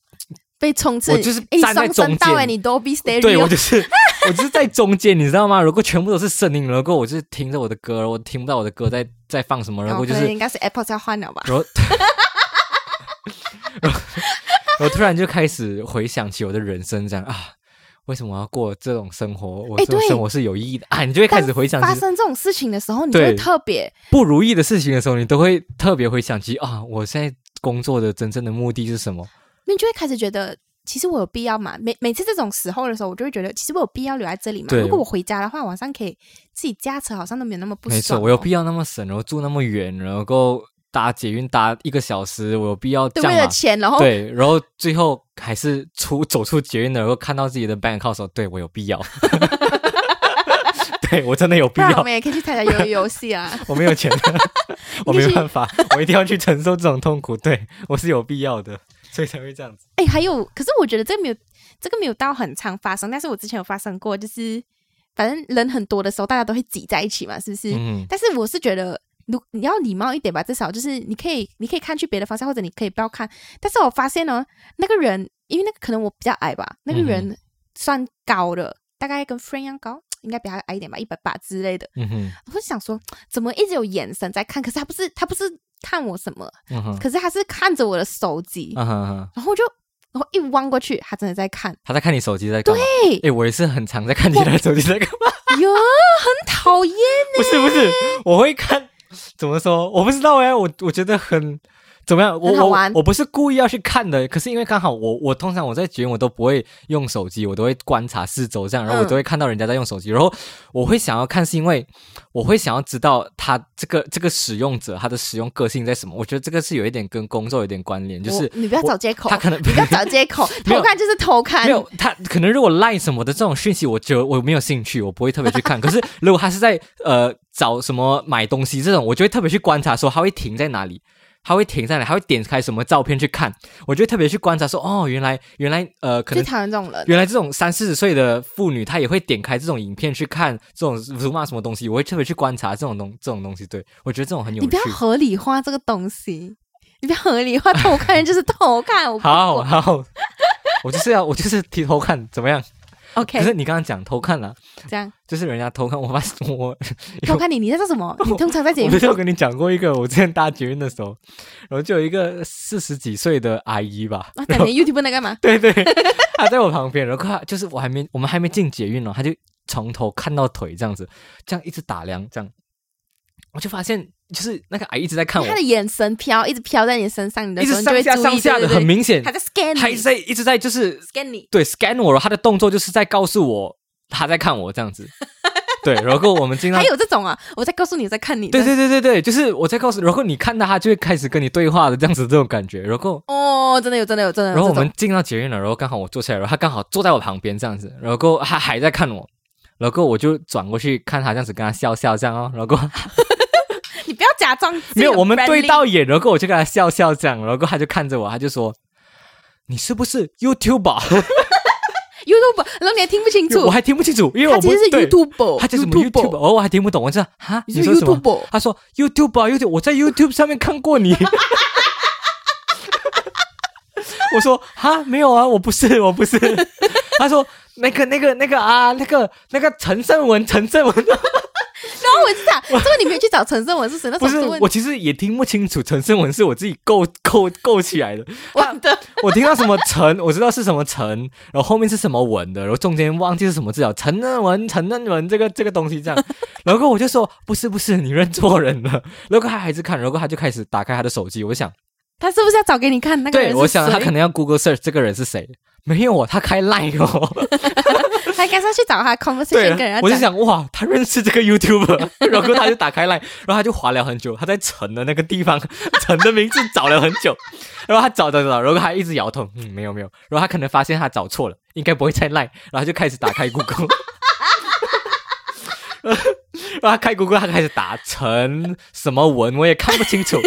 [SPEAKER 2] 被冲刺，
[SPEAKER 3] 我就是
[SPEAKER 2] 哎，你
[SPEAKER 3] 站在
[SPEAKER 2] 双声
[SPEAKER 3] 中
[SPEAKER 2] 道
[SPEAKER 3] 间
[SPEAKER 2] 哎，你 Dolby Stereo，
[SPEAKER 3] 对我就是 我就是在中间，你知道吗？如果全部都是声音，然后我就是听着我的歌，我听不到我的歌在在放什么，然
[SPEAKER 2] 哦
[SPEAKER 3] 后我就
[SPEAKER 2] 可
[SPEAKER 3] 是
[SPEAKER 2] 能应该是 Apple 要换了吧？
[SPEAKER 3] 然后， 然后，我突然就开始回想起我的人生，这样啊，为什么我要过这种生活？我
[SPEAKER 2] 哎
[SPEAKER 3] 这种
[SPEAKER 2] 对
[SPEAKER 3] 生活是有意义的啊！你就会开始回想
[SPEAKER 2] 发
[SPEAKER 3] 起
[SPEAKER 2] 生这种事情的时候，你就会
[SPEAKER 3] 对
[SPEAKER 2] 特别
[SPEAKER 3] 不如意的事情的时候，你都会特别回想起啊，我现在工作的真正的目的是什么？
[SPEAKER 2] 你就会开始觉得，其实我有必要嘛？每每次这种时候的时候，我就会觉得，其实我有必要留在这里嘛？
[SPEAKER 3] 对
[SPEAKER 2] 如果我回家的话，晚上可以自己驾车，好像都没有那么不爽、哦
[SPEAKER 3] 没错，我有必要那么省，然后住那么远，然后搭捷运搭一个小时，我有必要这
[SPEAKER 2] 对
[SPEAKER 3] 样
[SPEAKER 2] 为了
[SPEAKER 3] 吗？
[SPEAKER 2] 钱，然后
[SPEAKER 3] 对，然后最后还是出走出捷运的，然后看到自己的 bank account 的时候，对我有必 要，对我真的有必
[SPEAKER 2] 不然我
[SPEAKER 3] 要
[SPEAKER 2] 们，也可以去参加游游戏啊。
[SPEAKER 3] 我没有 钱，我
[SPEAKER 2] 你
[SPEAKER 3] 没
[SPEAKER 2] 去
[SPEAKER 3] 办法，我一定要去承受这种痛苦，对我是有必要的，所以才会这样子。
[SPEAKER 2] 哎，还有，可是我觉得这个没有这个没有到很常发生，但是我之前有发生过，就是反正人很多的时候，大家都会挤在一起嘛，是不是？
[SPEAKER 3] 嗯，
[SPEAKER 2] 但是我是觉得，如你要礼貌一点吧，至少就是你可以，你可以看去别的方向，或者你可以不要看。但是我发现呢，那个人，因为那个可能我比较矮吧，那个
[SPEAKER 3] 嗯
[SPEAKER 2] 人算高的，大概跟 Frank 一样高，应该比他矮一点吧，一百八之类的。
[SPEAKER 3] 嗯哼，
[SPEAKER 2] 我就想说，怎么一直有眼神在看？可是他不是，他不是看我什么，
[SPEAKER 3] 嗯哼，
[SPEAKER 2] 可是他是看着我的手机，
[SPEAKER 3] 嗯哼嗯哼，
[SPEAKER 2] 然后我就。然后一弯过去，他真的在看，
[SPEAKER 3] 他在看你手机在干嘛？
[SPEAKER 2] 对
[SPEAKER 3] 哎，我也是很常在看你的手机在干嘛？
[SPEAKER 2] 哟，很讨 厌。
[SPEAKER 3] 不是不是，我会看，怎么说？我不知道哎，我我觉得很。怎么样？我
[SPEAKER 2] 很好
[SPEAKER 3] 我
[SPEAKER 2] 玩
[SPEAKER 3] 我不是故意要去看的，可是因为刚好我我通常我在捷运我都不会用手机，我都会观察四周这样，然后我
[SPEAKER 2] 嗯
[SPEAKER 3] 都会看到人家在用手机，然后我会想要看，是因为我会想要知道他这个这个使用者他的使用个性在什么。我觉得这个是有一点跟工作有点关联，就是
[SPEAKER 2] 我你不要
[SPEAKER 3] 我
[SPEAKER 2] 找借口，
[SPEAKER 3] 他可能
[SPEAKER 2] 你不要找借 口，
[SPEAKER 3] 没有
[SPEAKER 2] 偷看就是偷看，
[SPEAKER 3] 没有他可能如果赖什么的这种讯息，我觉得我没有兴趣，我不会特别去 看。可是如果他是在呃找什么买东西这种，我就会特别去观察，说他会停在哪里。他会停在哪里？他会点开什么照片去看？我就会特别去观察说哦，原来原来呃，可
[SPEAKER 2] 最
[SPEAKER 3] 能
[SPEAKER 2] 讨厌这种人。
[SPEAKER 3] 原来这种三四十岁的妇女，她也会点开这种影片去看这种辱骂什么东西，我会特别去观察这种东这种东西。对我觉得这种很有
[SPEAKER 2] 你不
[SPEAKER 3] 趣
[SPEAKER 2] 要。合理化这个东西，你不要合理化偷看人就是偷看。我不
[SPEAKER 3] 好好，我就是要我就是提偷看怎么样？可
[SPEAKER 2] OK，
[SPEAKER 3] 是你刚刚讲偷看了、
[SPEAKER 2] 这样
[SPEAKER 3] 就是人家偷看，我发现我
[SPEAKER 2] 偷看你，你在做什么？你通常在节
[SPEAKER 3] 我
[SPEAKER 2] 目
[SPEAKER 3] 不是有跟你讲过一个，我之前搭捷运的时候，然后就有一个四十几岁的阿姨吧，
[SPEAKER 2] 啊，讲你 YouTube 那干嘛？
[SPEAKER 3] 对对，她在我旁边，然后她就是我还没我们还没进捷运呢，哦她就从头看到腿这样子，这样一直打量这样，我就发现就是 那个阿姨一直在看我
[SPEAKER 2] 他，的眼神飘，一直飘在你身上，你的
[SPEAKER 3] 一
[SPEAKER 2] 时
[SPEAKER 3] 直
[SPEAKER 2] 候
[SPEAKER 3] 上
[SPEAKER 2] 你就会
[SPEAKER 3] 下
[SPEAKER 2] 注
[SPEAKER 3] 上
[SPEAKER 2] 意，
[SPEAKER 3] 下
[SPEAKER 2] 对
[SPEAKER 3] 的，
[SPEAKER 2] 对
[SPEAKER 3] 很
[SPEAKER 2] 对？
[SPEAKER 3] 明显
[SPEAKER 2] 他，在 scan
[SPEAKER 3] 她一直
[SPEAKER 2] 你
[SPEAKER 3] 在一直在就是
[SPEAKER 2] scan 你，
[SPEAKER 3] 对 scan 我，然后她的动作就是在告诉我她在看我这样子。对，如果我们经常
[SPEAKER 2] 还有这种啊，我在告诉你，我在看你。
[SPEAKER 3] 对对对对对，就是我在告诉，然后你看到他就会开始跟你对话的这样子这种感觉，然后
[SPEAKER 2] 哦，真的有，真的有，真的有。
[SPEAKER 3] 然后我们进到捷运了，然后刚好我坐下来，然后他刚好坐在我旁边这样子，然后他还在看我， 然后我就转过去看他这样子，跟他笑笑这样哦，然后
[SPEAKER 2] 你不要假装
[SPEAKER 3] 没有我们对
[SPEAKER 2] 到
[SPEAKER 3] 到眼，然后我就跟他笑笑这样，然后他就看着我，他就说你是不是 YouTuber？
[SPEAKER 2] YouTube，然后你还听不清楚
[SPEAKER 3] 我，还听不清楚，因为
[SPEAKER 2] 他
[SPEAKER 3] 我
[SPEAKER 2] 其
[SPEAKER 3] 不
[SPEAKER 2] 实是
[SPEAKER 3] 对
[SPEAKER 2] YouTube，
[SPEAKER 3] 他就是
[SPEAKER 2] YouTube，
[SPEAKER 3] YouTube，哦，我还听不懂，我说哈，
[SPEAKER 2] 你
[SPEAKER 3] 你
[SPEAKER 2] 是
[SPEAKER 3] 说什么？
[SPEAKER 2] YouTube，
[SPEAKER 3] 他说 YouTube 啊，YouTube，我在 YouTube 上面看过你。 我说哈，没有啊，我不是，我不是。他说那个、那个、那个啊，那个、那个陈胜文，陈胜 文
[SPEAKER 2] 然后我就 想，这个你没有去找陈胜文是谁？那时
[SPEAKER 3] 不
[SPEAKER 2] 候
[SPEAKER 3] 是
[SPEAKER 2] 就问
[SPEAKER 3] 我，其实也听不清楚，陈胜文是我自己构构构起来的。
[SPEAKER 2] 我的
[SPEAKER 3] 我听到什么陈，我知道是什么陈，然后后面是什么文的，然后中间忘记是什么字啊了，陈任文，陈任文这个这个东西这样，然后我就说不是不是，你认错人了， 然后他还是看，然后他就开始打开他的手机，我就想，
[SPEAKER 2] 他是不是要找给你看那个人
[SPEAKER 3] 对，
[SPEAKER 2] 是
[SPEAKER 3] 我想他
[SPEAKER 2] 谁
[SPEAKER 3] 可能要 Google search 这个人是谁，没有哦，他开 Line 哦，
[SPEAKER 2] 他应该是要去找
[SPEAKER 3] 对
[SPEAKER 2] 他
[SPEAKER 3] 啊
[SPEAKER 2] conversation 跟人，
[SPEAKER 3] 我就
[SPEAKER 2] 家讲。
[SPEAKER 3] 想哇，他认识这个 YouTuber，然 后他就打开 Line，然后他就划了很久，他在陈的那个地方，陈的名字找了很久， 然后他找找找，然后他一直摇头，嗯，没有没有，然后他可能发现他找错了，应该不会在 Line，然后他就开始打 开 Google。然后他开 Google，他开始打陈什么文，我也看不 清楚。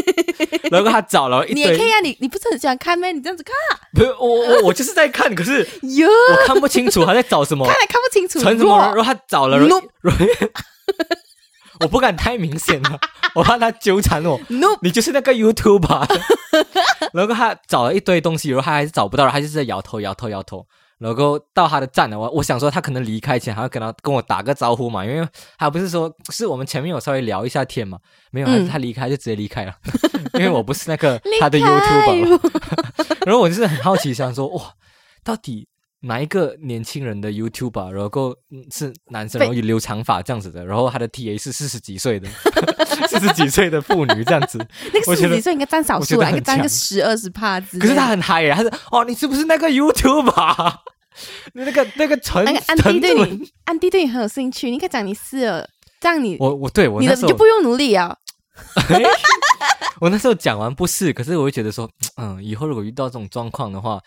[SPEAKER 3] 然后他找了一
[SPEAKER 2] 你也可
[SPEAKER 3] 堆，
[SPEAKER 2] 以啊，你你不是很喜欢看咩？你这样子看啊
[SPEAKER 3] 不是我我我就是在看，可是
[SPEAKER 2] 哟，
[SPEAKER 3] 我看不清楚他在找什么
[SPEAKER 2] 看，来看不清楚。
[SPEAKER 3] 哦陈什么，然后他找了，然后
[SPEAKER 2] Nope
[SPEAKER 3] 然后 我不敢太明显了， 我怕他纠缠我。
[SPEAKER 2] ？No，
[SPEAKER 3] 你就是那个 YouTube 吧？ 然后他找了一堆东西，然后他还是找不到，然后他就是在摇头摇头摇头。然后到他的站了，我我想说他可能离开前还要跟他跟我打个招呼嘛，因为他不是说是我们前面有稍微聊一下天嘛，没有，他
[SPEAKER 2] 嗯
[SPEAKER 3] 他离开就直接离开了， 因为我不是那个
[SPEAKER 2] 离
[SPEAKER 3] 他的
[SPEAKER 2] 开
[SPEAKER 3] YouTube 吧。 然后我就是很好奇，想说哇，到底哪一个年轻人的 YouTube 啊，然后嗯是男生，
[SPEAKER 2] 被
[SPEAKER 3] 然后有留长发这样子的，然后他的 TA 是四十几岁 的，四十几岁的妇女这样子。
[SPEAKER 2] 那个
[SPEAKER 3] 我
[SPEAKER 2] 四
[SPEAKER 3] 觉
[SPEAKER 2] 十
[SPEAKER 3] 得
[SPEAKER 2] 几岁应该占少
[SPEAKER 3] 我觉
[SPEAKER 2] 数
[SPEAKER 3] 得
[SPEAKER 2] 啦，应该
[SPEAKER 3] 很
[SPEAKER 2] 占个
[SPEAKER 3] 强
[SPEAKER 2] 十二十帕之类的。
[SPEAKER 3] 可是他很嗨耶，他是哦，你是不是那个 YouTube 啊？ 那个那个陈
[SPEAKER 2] 那个安迪
[SPEAKER 3] 陈
[SPEAKER 2] 对
[SPEAKER 3] 怎么？
[SPEAKER 2] 你，安迪对你很有兴趣，你可以讲你是了，这样你
[SPEAKER 3] 我我对我
[SPEAKER 2] 你
[SPEAKER 3] 那
[SPEAKER 2] 的
[SPEAKER 3] 时
[SPEAKER 2] 你
[SPEAKER 3] 候
[SPEAKER 2] 就不用努力啊。
[SPEAKER 3] 我那时候讲完不是，可是我会觉得说，嗯，以后如果遇到这种状况的话，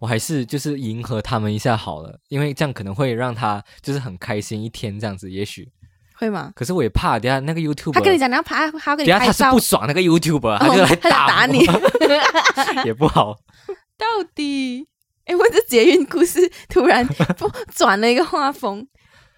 [SPEAKER 3] 我还是就是迎合他们一下好了，因为这样可能会让他就是很开心一天这样子，也许。
[SPEAKER 2] 会吗？
[SPEAKER 3] 可是我也怕，等下那个 YouTube，
[SPEAKER 2] 他跟你讲你要爬，他要跟
[SPEAKER 3] 等
[SPEAKER 2] 你
[SPEAKER 3] 下
[SPEAKER 2] 拍
[SPEAKER 3] 他是
[SPEAKER 2] 照
[SPEAKER 3] 不，爽那 个 YouTube，
[SPEAKER 2] 哦
[SPEAKER 3] 就来
[SPEAKER 2] 他就打
[SPEAKER 3] 打我
[SPEAKER 2] 你
[SPEAKER 3] 也不好。
[SPEAKER 2] 到底？哎，我这捷运故事突然不转了一个画风，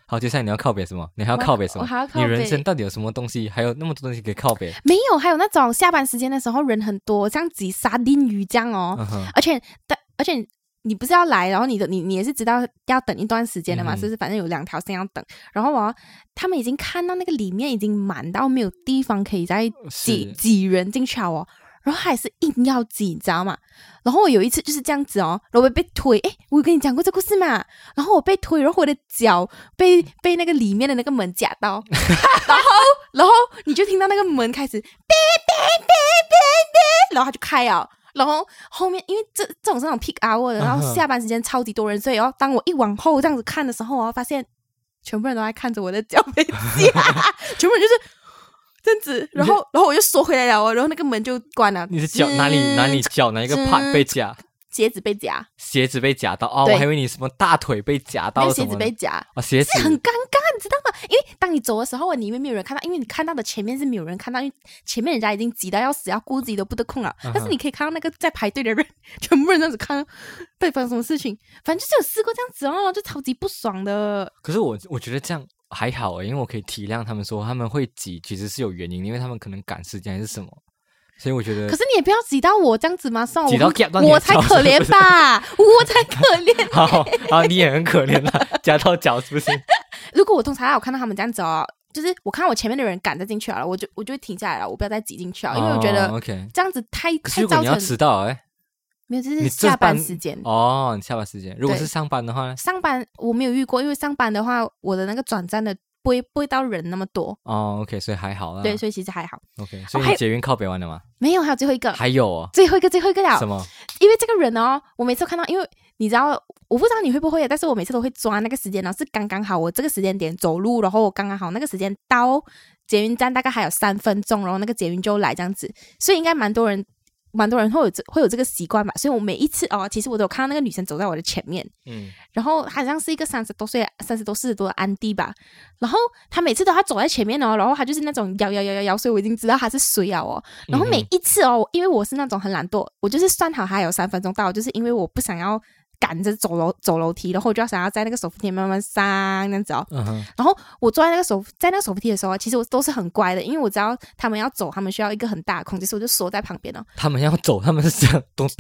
[SPEAKER 3] 好，接下来你要靠北什么？你还要
[SPEAKER 2] 我
[SPEAKER 3] 靠北什
[SPEAKER 2] 我
[SPEAKER 3] 么
[SPEAKER 2] 还要？靠
[SPEAKER 3] 你人
[SPEAKER 2] 北
[SPEAKER 3] 生到底有什么东西？还有那么多东西可以靠北？
[SPEAKER 2] 没有，还有那种下班时间的时候人很多，像挤沙丁鱼这样哦，
[SPEAKER 3] 嗯哼。
[SPEAKER 2] 而且但而且你不是要来，然后你的你你也是知道要等一段时间的嘛，
[SPEAKER 3] 嗯
[SPEAKER 2] 是不是？反正有两条线要等，然后我他们已经看到那个里面已经满到没有地方可以再挤
[SPEAKER 3] 是
[SPEAKER 2] 挤人进去了哦。然后还是硬要挤，你知道吗？然后我有一次就是这样子哦，然后我被推，诶，我有跟你讲过这故事嘛？然后我被推，然后我的脚被被那个里面的那个门夹到， 然后然后你就听到那个门开始哔哔哔哔 哔，然后它就开了。然后后面，因为这这种是那种 peak hour 的，然
[SPEAKER 3] 嗯
[SPEAKER 2] 后
[SPEAKER 3] 哼
[SPEAKER 2] 下班时间超级多人，所以哦，当我一往后这样子看的时候哦，发现全部人都在看着我的脚被夹，全部人就是这样子，然后然后我就缩回来了哦，然后那个门就关了。
[SPEAKER 3] 你的脚哪里哪里
[SPEAKER 2] 吱
[SPEAKER 3] 脚哪一个 part 被夹？
[SPEAKER 2] 鞋子被夹，
[SPEAKER 3] 鞋子被夹到哦，
[SPEAKER 2] 对
[SPEAKER 3] 我还以为你什么大腿被夹
[SPEAKER 2] 那
[SPEAKER 3] 到
[SPEAKER 2] 个
[SPEAKER 3] 什
[SPEAKER 2] 鞋
[SPEAKER 3] 么
[SPEAKER 2] 子
[SPEAKER 3] 的
[SPEAKER 2] 被夹，
[SPEAKER 3] 哦，鞋子
[SPEAKER 2] 是很尴尬，你知道吗？因为当你走的时候，里面没有人看到，因为你看到的前面是没有人看到，因为前面人家已经挤到要死，要顾自己都不得空了。
[SPEAKER 3] 嗯哼
[SPEAKER 2] 但是你可以看到那个在排队的人， 全部人这样子看，到底发生什么事情？反正就是有试过这样子哦，就超级不爽的。
[SPEAKER 3] 可是我我觉得这样还好欸，因为我可以体谅他们说他们会挤，其实是有原因，因为他们可能赶时间还是什么，所以我觉得
[SPEAKER 2] 可是你也不要挤到我这样子嘛，算我
[SPEAKER 3] 挤到夹到你的
[SPEAKER 2] 我才
[SPEAKER 3] 脚
[SPEAKER 2] 可怜 吧，我才可 怜。
[SPEAKER 3] 好啊，你也很可怜啦，夹到脚是不是？
[SPEAKER 2] 如果我通常我看到他们这样子哦，就是我看到我前面的人赶着进去了，我就我就会停下来了，我不要再挤进去了，啊因为我觉
[SPEAKER 3] 哦
[SPEAKER 2] 得
[SPEAKER 3] OK。
[SPEAKER 2] 这样子太
[SPEAKER 3] 可是
[SPEAKER 2] 太
[SPEAKER 3] 如果
[SPEAKER 2] 造
[SPEAKER 3] 你要
[SPEAKER 2] 成
[SPEAKER 3] 迟到哎，
[SPEAKER 2] 没有，就
[SPEAKER 3] 你
[SPEAKER 2] 是
[SPEAKER 3] 这
[SPEAKER 2] 下班
[SPEAKER 3] 班
[SPEAKER 2] 时间。
[SPEAKER 3] 哦，你下班时间，如果
[SPEAKER 2] 对
[SPEAKER 3] 是上班的话呢？
[SPEAKER 2] 上班我没有遇过，因为上班的话，我的那个转站的不会不会到人那么多，
[SPEAKER 3] 哦，OK，所以还好啦。
[SPEAKER 2] 对，所以其实还好。
[SPEAKER 3] ，OK，所以你
[SPEAKER 2] 还有呃
[SPEAKER 3] 捷运靠北完了吗？
[SPEAKER 2] 没有，还有最后一个，
[SPEAKER 3] 还有哦，
[SPEAKER 2] 最后一个，最后一个了
[SPEAKER 3] 什。么？
[SPEAKER 2] 因为这个人哦，我每次看到，因为你知道我不知道你会不会，但是我每次都会抓那个时间，然后是刚刚好，我这个时间点走路，然后我刚刚好那个时间到捷运站，大概还有三分钟，然后那个捷运就来这样子，所以应该蛮多人，蛮多人会有这会有这个习惯吧。所以我每一次哦，其实我都有看到那个女生走在我的前面，
[SPEAKER 3] 嗯，
[SPEAKER 2] 然后好像是一个三十多岁、三十多、四十多的安迪吧。然后他每次都他走在前面哦，然后他就是那种摇摇摇摇摇，所以我已经知道他是谁了哦。然后每一次哦，因为我是那种很懒惰，我就是算好还有三分钟到，就是因为我不想要赶着走楼走楼梯，然后我就要想要在那个手扶梯慢慢上那样子哦。
[SPEAKER 3] 嗯哼，
[SPEAKER 2] 然后我坐在那个手在那个手扶梯的时候，其实我都是很乖的，因为我知道他们要走，他们需要一个很大的空间，所以我就缩在旁边哦。
[SPEAKER 3] 他们要走，他们是这样东西，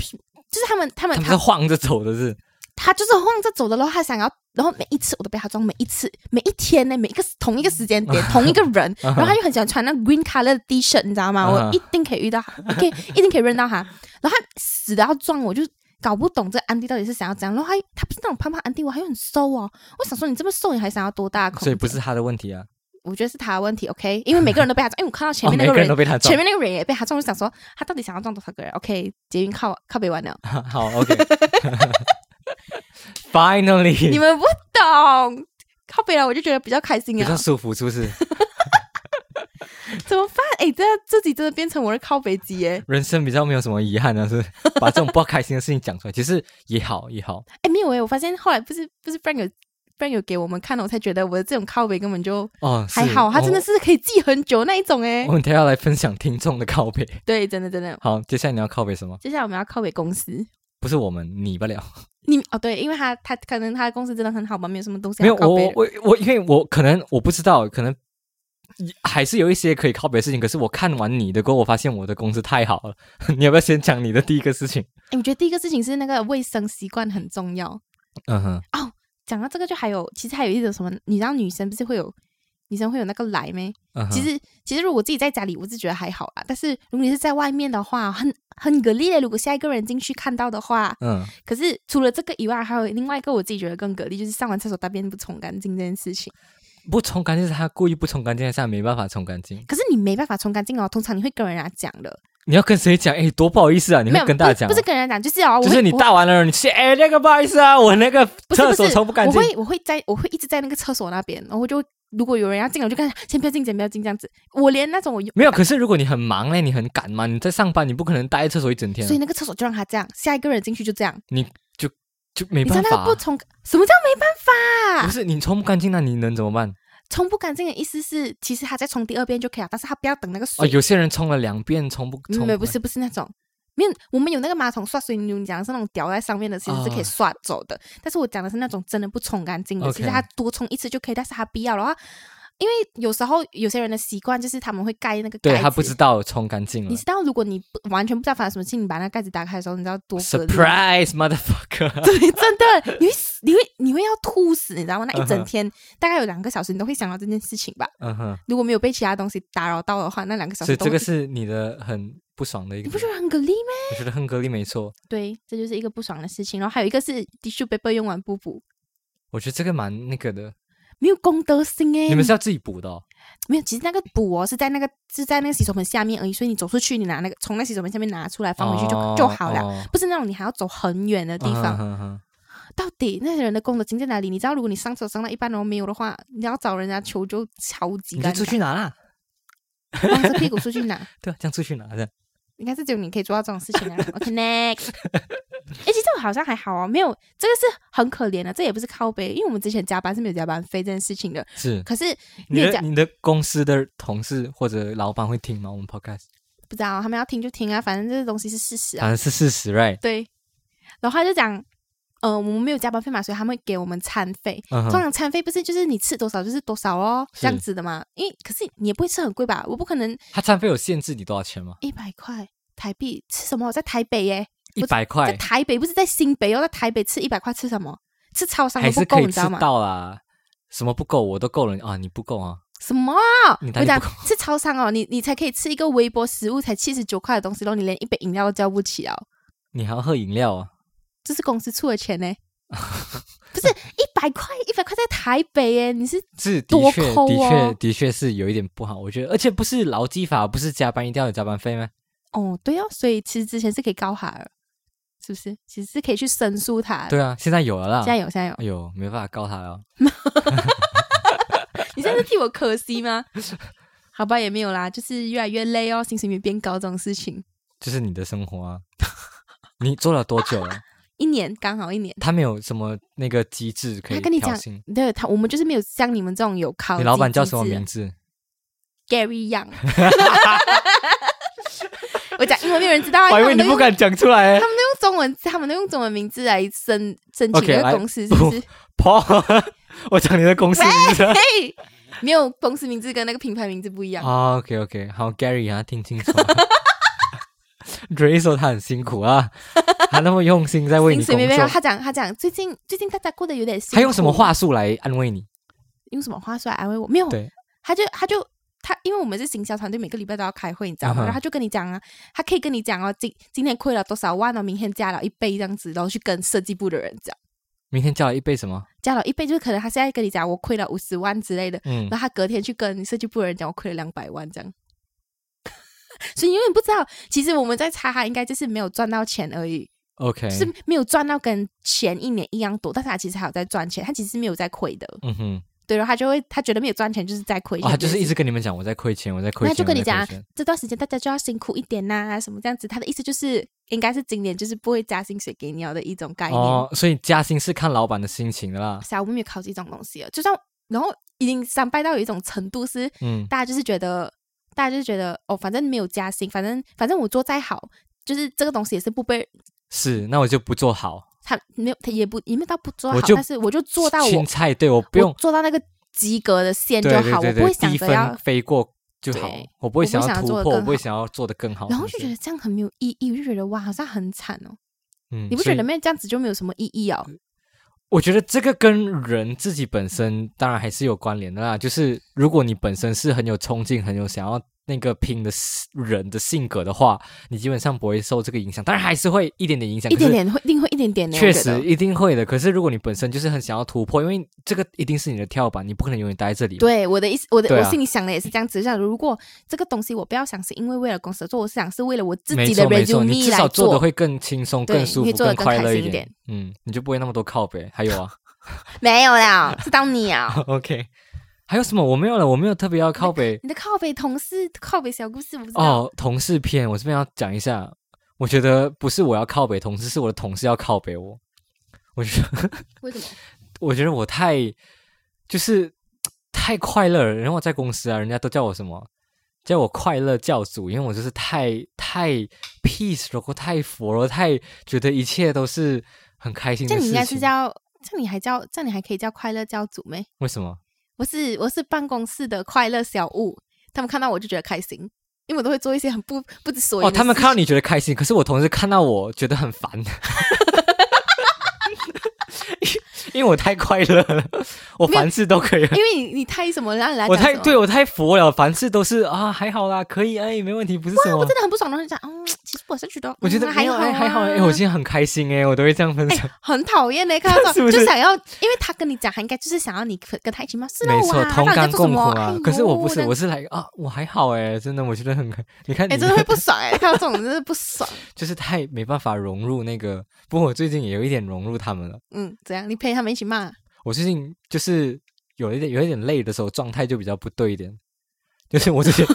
[SPEAKER 2] 就是他们他们
[SPEAKER 3] 他们是晃着走的是，
[SPEAKER 2] 他就是晃着走的，然后他想要，然后每一次我都被他撞，每一次，每一天呢，每一个同一个时间 点，同一个人，
[SPEAKER 3] 啊
[SPEAKER 2] 然后他就很喜欢穿那 green color 的 T 恤，你知道吗？
[SPEAKER 3] 嗯
[SPEAKER 2] 我一定可以遇到他，我可以一定可以认到他，然后他死的要撞我，就搞不懂这个安迪到底是想要怎样，然后他他不是那种胖胖安迪，我还很瘦哦，我想说你这么瘦，你还想要多大的空间？
[SPEAKER 3] 所以不是，他的问题啊。
[SPEAKER 2] 我觉得是他的问题，OK？因为每个人都被他撞，因为我看到 前面
[SPEAKER 3] 哦
[SPEAKER 2] 那个
[SPEAKER 3] 每个
[SPEAKER 2] 人
[SPEAKER 3] 人都被他撞
[SPEAKER 2] 前面那个人也被他撞，我就想说他到底想要撞多少个人？OK，捷运靠靠北完了。
[SPEAKER 3] 好，OK。Finally，
[SPEAKER 2] 你们不懂。靠北了，我就觉得比较开心
[SPEAKER 3] 比较
[SPEAKER 2] 啊！
[SPEAKER 3] 舒服是不是？
[SPEAKER 2] 怎么办？哎、这自己真的变成我的靠北机耶！
[SPEAKER 3] 人生比较没有什么遗憾啊呢，是不是把这种不开心的事情讲出来，其实也好也好。
[SPEAKER 2] 哎、没有哎、我发现后来不是不是 Frank 有 Frank 有给我们看了，我才觉得我的这种靠北根本就
[SPEAKER 3] 哦，
[SPEAKER 2] 还好，他真的
[SPEAKER 3] 是
[SPEAKER 2] 是可以记很久那一种哎、
[SPEAKER 3] 哦。我们等一下来分享听众的靠背。
[SPEAKER 2] 对，真的真的。
[SPEAKER 3] 好，接下来你要靠背什么？
[SPEAKER 2] 接下来我们要靠北公司，
[SPEAKER 3] 不是我们，你不 了。
[SPEAKER 2] 你哦对，因为他他可能他的公司真的很好吧，没有什么东西
[SPEAKER 3] 没有
[SPEAKER 2] 要靠
[SPEAKER 3] 我
[SPEAKER 2] 北的。
[SPEAKER 3] 我我，因为我可能我不知道，可能还是有一些可以靠背的事情。可是我看完你的歌，我发现我的公司太好了。 你要不要先讲你的第一个事情？
[SPEAKER 2] 哎、我觉得第一个事情是那个卫生习惯很重要。
[SPEAKER 3] 嗯哼，
[SPEAKER 2] 讲到这个，就还有其实还有一种什么，你知道女生不是会有女生会有那个来咩？
[SPEAKER 3] 嗯哼
[SPEAKER 2] 其实其实如果我自己在家里，我是觉得还好啦。但是如果你是在外面的话，很很给力的。如果下一个人进去看到的话，
[SPEAKER 3] 嗯，
[SPEAKER 2] 可是除了这个以外，还有另外一个我自己觉得更给力，就是上完厕所大便不冲干净这件事情。
[SPEAKER 3] 不冲干净是他故意不冲干净，还是他没办法冲干净？
[SPEAKER 2] 可是你没办法冲干净哦，通常你会跟人家讲的。
[SPEAKER 3] 你要跟谁讲？哎，多不好意思啊！你
[SPEAKER 2] 没
[SPEAKER 3] 会
[SPEAKER 2] 有
[SPEAKER 3] 跟大家讲啊、
[SPEAKER 2] 不是，不是跟人家讲，就是哦，我
[SPEAKER 3] 就是
[SPEAKER 2] 会
[SPEAKER 3] 你
[SPEAKER 2] 我
[SPEAKER 3] 大完了，你去哎，那个不好意思啊，我那个
[SPEAKER 2] 不是
[SPEAKER 3] 厕
[SPEAKER 2] 不
[SPEAKER 3] 所
[SPEAKER 2] 是，
[SPEAKER 3] 冲不干
[SPEAKER 2] 我
[SPEAKER 3] 净。
[SPEAKER 2] 会我会在我会一直在那个厕所那边，然后我就会如果有人要进来，我就跟他先不要进，先不要进这样子。我连那种我
[SPEAKER 3] 没有，可是如果你很忙呢，你很赶嘛，你在上班，你不可能待在厕所一整天啊、
[SPEAKER 2] 所以那个厕所就让他这样，下一个人进去就这样。
[SPEAKER 3] 就没
[SPEAKER 2] 你知道
[SPEAKER 3] 办
[SPEAKER 2] 那
[SPEAKER 3] 法啊、
[SPEAKER 2] 个不冲，什么叫没办法？
[SPEAKER 3] 不是你冲不干净，那你能怎么办？哦
[SPEAKER 2] 冲不干净的意思是，其实他再冲第二遍就可以了，但是他不要等那个
[SPEAKER 3] 哦，
[SPEAKER 2] 水。嗯
[SPEAKER 3] 有些人冲了两遍，冲不冲
[SPEAKER 2] 没有，
[SPEAKER 3] 不
[SPEAKER 2] 不是不是那种，没有，我们有那个马桶刷水，你讲的是那种吊在上面的，其实是可以
[SPEAKER 3] 哦
[SPEAKER 2] 刷走的。但是我讲的是那种真的不冲干净的，其实
[SPEAKER 3] OK
[SPEAKER 2] 他多冲一次就可以，但是他必要的话，因为有时候有些人的习惯就是他们会盖那个盖
[SPEAKER 3] 对
[SPEAKER 2] 子，
[SPEAKER 3] 他不知道冲干净
[SPEAKER 2] 你
[SPEAKER 3] 了
[SPEAKER 2] 知道，如果你不完全不知道发生什么事，情，你把那盖子打开的时候，你知道多隔离吗
[SPEAKER 3] ，surprise motherfucker！
[SPEAKER 2] 对，真的，你会死你会你会要吐死，你知道吗？那一整天大概有两个小时，你都会想到这件事情吧？
[SPEAKER 3] 嗯哼，
[SPEAKER 2] 如果没有被其他东西打扰到的话，那两个
[SPEAKER 3] 所
[SPEAKER 2] 小时
[SPEAKER 3] 以
[SPEAKER 2] 都
[SPEAKER 3] 这个
[SPEAKER 2] 会
[SPEAKER 3] 是你的很不爽的一
[SPEAKER 2] 你
[SPEAKER 3] 个
[SPEAKER 2] 不
[SPEAKER 3] 点，
[SPEAKER 2] 觉得很给力吗？
[SPEAKER 3] 我觉得很格力没错，
[SPEAKER 2] 对，这就是一个不爽的事情。然后还有一个是 tissue paper 用完不补，
[SPEAKER 3] 我觉得这个蛮那个的，
[SPEAKER 2] 没有公德心哎、
[SPEAKER 3] 你们是要自己补的、哦，
[SPEAKER 2] 没有，其实那个补哦是在那个是在那个洗手盆下面而已，所以你走出去，你拿那个从那洗手盆下面拿出来放回去就、
[SPEAKER 3] 哦
[SPEAKER 2] 就好了。
[SPEAKER 3] 哦
[SPEAKER 2] 不是那种你还要走很远的地
[SPEAKER 3] 嗯
[SPEAKER 2] 方，
[SPEAKER 3] 哼哼
[SPEAKER 2] 到底那些人的公德心在哪里？你知道，如果你上手上到一半然后哦没有的话，你要找人家求救，超级
[SPEAKER 3] 你
[SPEAKER 2] 尴
[SPEAKER 3] 就
[SPEAKER 2] 尬。
[SPEAKER 3] 出去拿啦，
[SPEAKER 2] 光着屁股出去拿，
[SPEAKER 3] 对啊，这样出去拿的，
[SPEAKER 2] 应该是只有你可以做到这种事 情啊。OK next，哎、其实我好像还好哦，没有这个是很可怜的，这也不是靠背，因为我们之前加班是没有加班费这件事情的。
[SPEAKER 3] 是
[SPEAKER 2] 可是
[SPEAKER 3] 你
[SPEAKER 2] 没有
[SPEAKER 3] 的
[SPEAKER 2] 讲，
[SPEAKER 3] 你的公司的同事或者老板会听吗？我们 podcast
[SPEAKER 2] 不知道他们要听就听啊，反正这个东西是事实啊。
[SPEAKER 3] 反正是事实，right？
[SPEAKER 2] 对，然后他就讲，呃，我们没有加班费嘛，所以他们会给我们餐费。
[SPEAKER 3] 嗯
[SPEAKER 2] 通
[SPEAKER 3] 哼，
[SPEAKER 2] 常餐费不是就是你吃多少就是多少哦，
[SPEAKER 3] 是
[SPEAKER 2] 这样子的嘛。因为可是你也不会吃很贵吧？我不可能
[SPEAKER 3] 他餐费有限制你多少钱吗？
[SPEAKER 2] 一百块台币吃什么？我在台北耶，
[SPEAKER 3] 一
[SPEAKER 2] 我
[SPEAKER 3] 百
[SPEAKER 2] 在
[SPEAKER 3] 块
[SPEAKER 2] 台北不是在新北哦，在台北吃一百块吃什么？吃超商
[SPEAKER 3] 还
[SPEAKER 2] 都不
[SPEAKER 3] 是
[SPEAKER 2] 够，
[SPEAKER 3] 可以
[SPEAKER 2] 你知
[SPEAKER 3] 吃
[SPEAKER 2] 道吗？
[SPEAKER 3] 到啦，什么不够我都够了啊，你不够啊，
[SPEAKER 2] 什么？
[SPEAKER 3] 你哪
[SPEAKER 2] 我
[SPEAKER 3] 里
[SPEAKER 2] 讲
[SPEAKER 3] 不够？
[SPEAKER 2] 吃超商哦，你你才可以吃一个微波食物才七十九块的东西，然后你连一杯饮料都叫不起哦，
[SPEAKER 3] 你还要喝饮料啊？
[SPEAKER 2] 这是公司出的 钱呢。不是一百块，一百块在台北耶，你是
[SPEAKER 3] 是的
[SPEAKER 2] 多
[SPEAKER 3] 确
[SPEAKER 2] 抠
[SPEAKER 3] 的确
[SPEAKER 2] 哦
[SPEAKER 3] 的确是有一点不好，我觉得，而且不是劳基法，不是加班一定要有加班费吗？
[SPEAKER 2] 哦对哦，所以其实之前是可以高哈尔，是不是？其实是可以去申诉他的。
[SPEAKER 3] 对啊，现在有了啦，
[SPEAKER 2] 现在有，现在有。
[SPEAKER 3] 哎呦，没办法告他了。
[SPEAKER 2] 你现在是替我可惜吗？好吧，也没有啦，就是越来越累哦，薪水没变高这种事情。
[SPEAKER 3] 就是你的生活啊， 你做了多久了？
[SPEAKER 2] 一年刚好一年，
[SPEAKER 3] 他没有什么那个机制可以
[SPEAKER 2] 他跟你
[SPEAKER 3] 挑
[SPEAKER 2] 讲
[SPEAKER 3] 衅。
[SPEAKER 2] 对他，我们就是没有像你们这种有考。
[SPEAKER 3] 你老板叫什么名字？
[SPEAKER 2] ？Gary Young。我讲英文没有人知道啊，
[SPEAKER 3] 我
[SPEAKER 2] 因
[SPEAKER 3] 以
[SPEAKER 2] 为
[SPEAKER 3] 为
[SPEAKER 2] 他
[SPEAKER 3] 你
[SPEAKER 2] 们都
[SPEAKER 3] 不
[SPEAKER 2] 用
[SPEAKER 3] 敢讲出来
[SPEAKER 2] 他。们都用中文，他们都用中文名字来申申请
[SPEAKER 3] OK，
[SPEAKER 2] 那
[SPEAKER 3] 来
[SPEAKER 2] 个公司，是不是？
[SPEAKER 3] Paul，我讲你的公司名字。啊
[SPEAKER 2] 嘿，没有公司名字跟那个品牌名字不一样。
[SPEAKER 3] 啊、o k OK，好，Gary 啊，听清楚、 啊。Dre 说他很辛苦 啊，他那么用心在为
[SPEAKER 2] 薪
[SPEAKER 3] 你
[SPEAKER 2] 水
[SPEAKER 3] 工
[SPEAKER 2] 没变
[SPEAKER 3] 作
[SPEAKER 2] 高，，他讲他讲最近最近大家过得有点辛苦，
[SPEAKER 3] 他用什么话术来安慰你？
[SPEAKER 2] 用什么话术来安慰我？没有，
[SPEAKER 3] 对
[SPEAKER 2] 他就他就他，因为我们是行销团队，每个礼拜都要开会，你知道吗
[SPEAKER 3] 嗯哼
[SPEAKER 2] 然后他就跟你讲啊，他可以跟你讲哦，今今天亏了多少万哦，明天加了一倍这样子，然后去跟设计部的人讲，
[SPEAKER 3] 明天叫了一杯什么？
[SPEAKER 2] 加了一倍，就是可能他现在跟你讲我亏了五十万之类的，
[SPEAKER 3] 嗯，
[SPEAKER 2] 然后他隔天去跟设计部的人讲我亏了两百万这样。 所以你永远不知道，其实我们在猜他应该就是没有赚到钱而已，
[SPEAKER 3] OK，
[SPEAKER 2] 就是没有赚到跟前一年一样多，但是他其实还有在赚钱，他其实没有在亏的。
[SPEAKER 3] 嗯哼，
[SPEAKER 2] 对，然后他就会他觉得没有赚钱就是在亏钱
[SPEAKER 3] 啊，
[SPEAKER 2] 这
[SPEAKER 3] 他
[SPEAKER 2] 件事
[SPEAKER 3] 就
[SPEAKER 2] 情，
[SPEAKER 3] 是一直跟你们讲我在亏钱，我在亏
[SPEAKER 2] 那
[SPEAKER 3] 钱，
[SPEAKER 2] 就跟你
[SPEAKER 3] 我在
[SPEAKER 2] 讲
[SPEAKER 3] 亏
[SPEAKER 2] 啊
[SPEAKER 3] 钱，
[SPEAKER 2] 这段时间大家就要辛苦一点呐、什么这样子。他的意思就是，应该是今年就是不会加薪水给你哦的一种概念。
[SPEAKER 3] 哦，所以加薪是看老板的心情的啦。
[SPEAKER 2] 是啊，我们没有考虑这种东西了。就算然后已经三败到有一种程度是，
[SPEAKER 3] 嗯，
[SPEAKER 2] 大家就是觉得，大家就是觉得哦，反正没有加薪，反正反正我做再好，就是这个东西也是不被
[SPEAKER 3] 是，那我就不做好，
[SPEAKER 2] 他没有他也不也没有到不做好
[SPEAKER 3] 我，就
[SPEAKER 2] 但是我就做到我
[SPEAKER 3] 青菜，对我不
[SPEAKER 2] 我
[SPEAKER 3] 用，
[SPEAKER 2] 做到那个及格的线就
[SPEAKER 3] 对对
[SPEAKER 2] 好，
[SPEAKER 3] 对
[SPEAKER 2] 我不会
[SPEAKER 3] 对，
[SPEAKER 2] 想
[SPEAKER 3] 低
[SPEAKER 2] 着要
[SPEAKER 3] 分飞过就好
[SPEAKER 2] 对，
[SPEAKER 3] 我不会
[SPEAKER 2] 我不
[SPEAKER 3] 想
[SPEAKER 2] 想要
[SPEAKER 3] 要突
[SPEAKER 2] 做得
[SPEAKER 3] 破，我
[SPEAKER 2] 更
[SPEAKER 3] 不会
[SPEAKER 2] 好
[SPEAKER 3] 想要做的更好，
[SPEAKER 2] 然后就觉
[SPEAKER 3] 是
[SPEAKER 2] 得这样很没有意义，我就觉得哇，好像很惨哦。
[SPEAKER 3] 不是，嗯，
[SPEAKER 2] 你不
[SPEAKER 3] 所
[SPEAKER 2] 觉
[SPEAKER 3] 以
[SPEAKER 2] 得没有这样子就没有什么意义哦？
[SPEAKER 3] 我觉得这个跟人自己本身当然还是有关联的啦。就是如果你本身是很有冲劲、很有想要那个拼的人的性格的话，你基本上不会受这个影响。当然还是会一点点影响，
[SPEAKER 2] 一点，点会，一定会一点点的。
[SPEAKER 3] 确
[SPEAKER 2] 我觉得
[SPEAKER 3] 实，一定会的。可是如果你本身就是很想要突破，因为这个一定是你的跳板，你不可能永远待在这里。，
[SPEAKER 2] 对我的意思，我的、
[SPEAKER 3] 对啊
[SPEAKER 2] 我心里想的也是这样子。像如果这个东西我不要想是因为为了公司而做，我是想是为了我自
[SPEAKER 3] 没
[SPEAKER 2] 己的
[SPEAKER 3] 错没错，你
[SPEAKER 2] resume
[SPEAKER 3] 至
[SPEAKER 2] 来
[SPEAKER 3] 少做的会更轻松、
[SPEAKER 2] 对
[SPEAKER 3] 更舒服、
[SPEAKER 2] 你会做得
[SPEAKER 3] 更
[SPEAKER 2] 更
[SPEAKER 3] 快乐
[SPEAKER 2] 开心
[SPEAKER 3] 一
[SPEAKER 2] 一点。
[SPEAKER 3] 嗯，你就不会那么多靠背。还有啊
[SPEAKER 2] 没有啦，是到你啊。
[SPEAKER 3] ，OK，还有什么？我没有了，我没有特别要靠背。
[SPEAKER 2] 你的靠北同事、靠北小故事，我不知道。
[SPEAKER 3] 哦，同事篇，我这边要讲一下。我觉得不是我要靠北同事，是我的同事要靠北我。我觉得，
[SPEAKER 2] 为什么？
[SPEAKER 3] 我觉得我太就是太快乐了。然后我在公司啊，人家都叫我什么？叫我快乐教主，因为我就是太太 peace 了，太佛了，太觉得一切都是很开心的
[SPEAKER 2] 这
[SPEAKER 3] 事情。
[SPEAKER 2] 样你应该是叫，这样你还叫，这样你还可以叫快乐教主咩？
[SPEAKER 3] 为什么？
[SPEAKER 2] 我是我是办公室的快乐小物，他们看到我就觉得开心，因为我都会做一些很不不知所以
[SPEAKER 3] 哦，
[SPEAKER 2] 的事情。
[SPEAKER 3] 他们看到你觉得开心，可是我同事看到我觉得很烦， 因因为我太快乐了，我凡事都可以。
[SPEAKER 2] 因为你你太什么让人来
[SPEAKER 3] 我
[SPEAKER 2] 讲
[SPEAKER 3] 太
[SPEAKER 2] 什么
[SPEAKER 3] 对我太佛了，凡事都是啊，还好啦，可以，哎，没问题，不是什么
[SPEAKER 2] 哦我。真的很不爽，然后就讲，嗯，其实我是觉得，
[SPEAKER 3] 我觉
[SPEAKER 2] 嗯
[SPEAKER 3] 得没
[SPEAKER 2] 还
[SPEAKER 3] 有
[SPEAKER 2] 好啊、
[SPEAKER 3] 哎，还好哎，我今天很开心哎，我都会这样分享。
[SPEAKER 2] 很讨厌 呢，看到
[SPEAKER 3] 是不是
[SPEAKER 2] 就想要，因为他跟你讲，他应该就是想要你跟跟他一起骂，是
[SPEAKER 3] 没错，
[SPEAKER 2] 哇，
[SPEAKER 3] 同
[SPEAKER 2] 到底在
[SPEAKER 3] 甘
[SPEAKER 2] 做什
[SPEAKER 3] 共苦
[SPEAKER 2] 么
[SPEAKER 3] 啊。可是我不是，
[SPEAKER 2] 哎呦
[SPEAKER 3] 我是来啊，我还好哎，真的，我觉得很，你看
[SPEAKER 2] 哎、
[SPEAKER 3] 你
[SPEAKER 2] 真的会不爽哎、看到这种真的不爽。
[SPEAKER 3] 就是太没办法融入那个。不过我最近也有一点融入他们了。
[SPEAKER 2] 嗯，怎样？你陪他们一起骂，
[SPEAKER 3] 我最近就是有一点有一点累的时候，状态就比较不对一点。就是我之 前，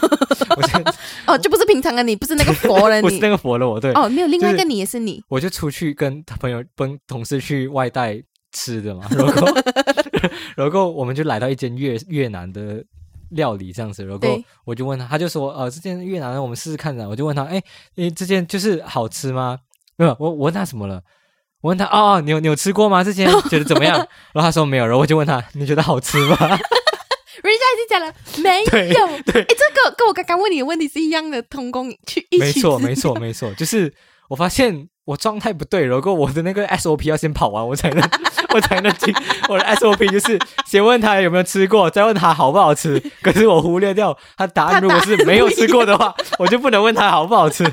[SPEAKER 3] 我之前
[SPEAKER 2] 哦，就不是平常的你，不是那个佛 了
[SPEAKER 3] 我是
[SPEAKER 2] 你，
[SPEAKER 3] 那个佛了我，对，
[SPEAKER 2] 哦，没有，另外一
[SPEAKER 3] 就
[SPEAKER 2] 个你也是你，
[SPEAKER 3] 我就出去跟朋友跟同事去外带吃的嘛，然 后 然后我们就来到一间越越南的料理这样子，然后
[SPEAKER 2] 对
[SPEAKER 3] 我就问他，他就说呃这间越南的我们试试看的，我就问他，哎，你这间就是好吃吗？没有，我我问他什么了？我问他哦，你有你有吃过吗？这 间觉得怎么样？然后他说没有，然后我就问他，你觉得好吃吗？
[SPEAKER 2] 人家已经讲了没
[SPEAKER 3] 对
[SPEAKER 2] 有，哎、这个跟我刚刚问你的问题是一样的，同工去一起，
[SPEAKER 3] 没错，没，错，没错，就是我发现我状态不对，如果我的那个 SOP 要先跑完，我才能我才能进。我的 SOP 就是先问他有没有吃过，再问他好不好吃。可是我忽略掉他答案，
[SPEAKER 2] 他
[SPEAKER 3] 如果
[SPEAKER 2] 答案
[SPEAKER 3] 是没有吃过的话， 我就不能问他好不好吃。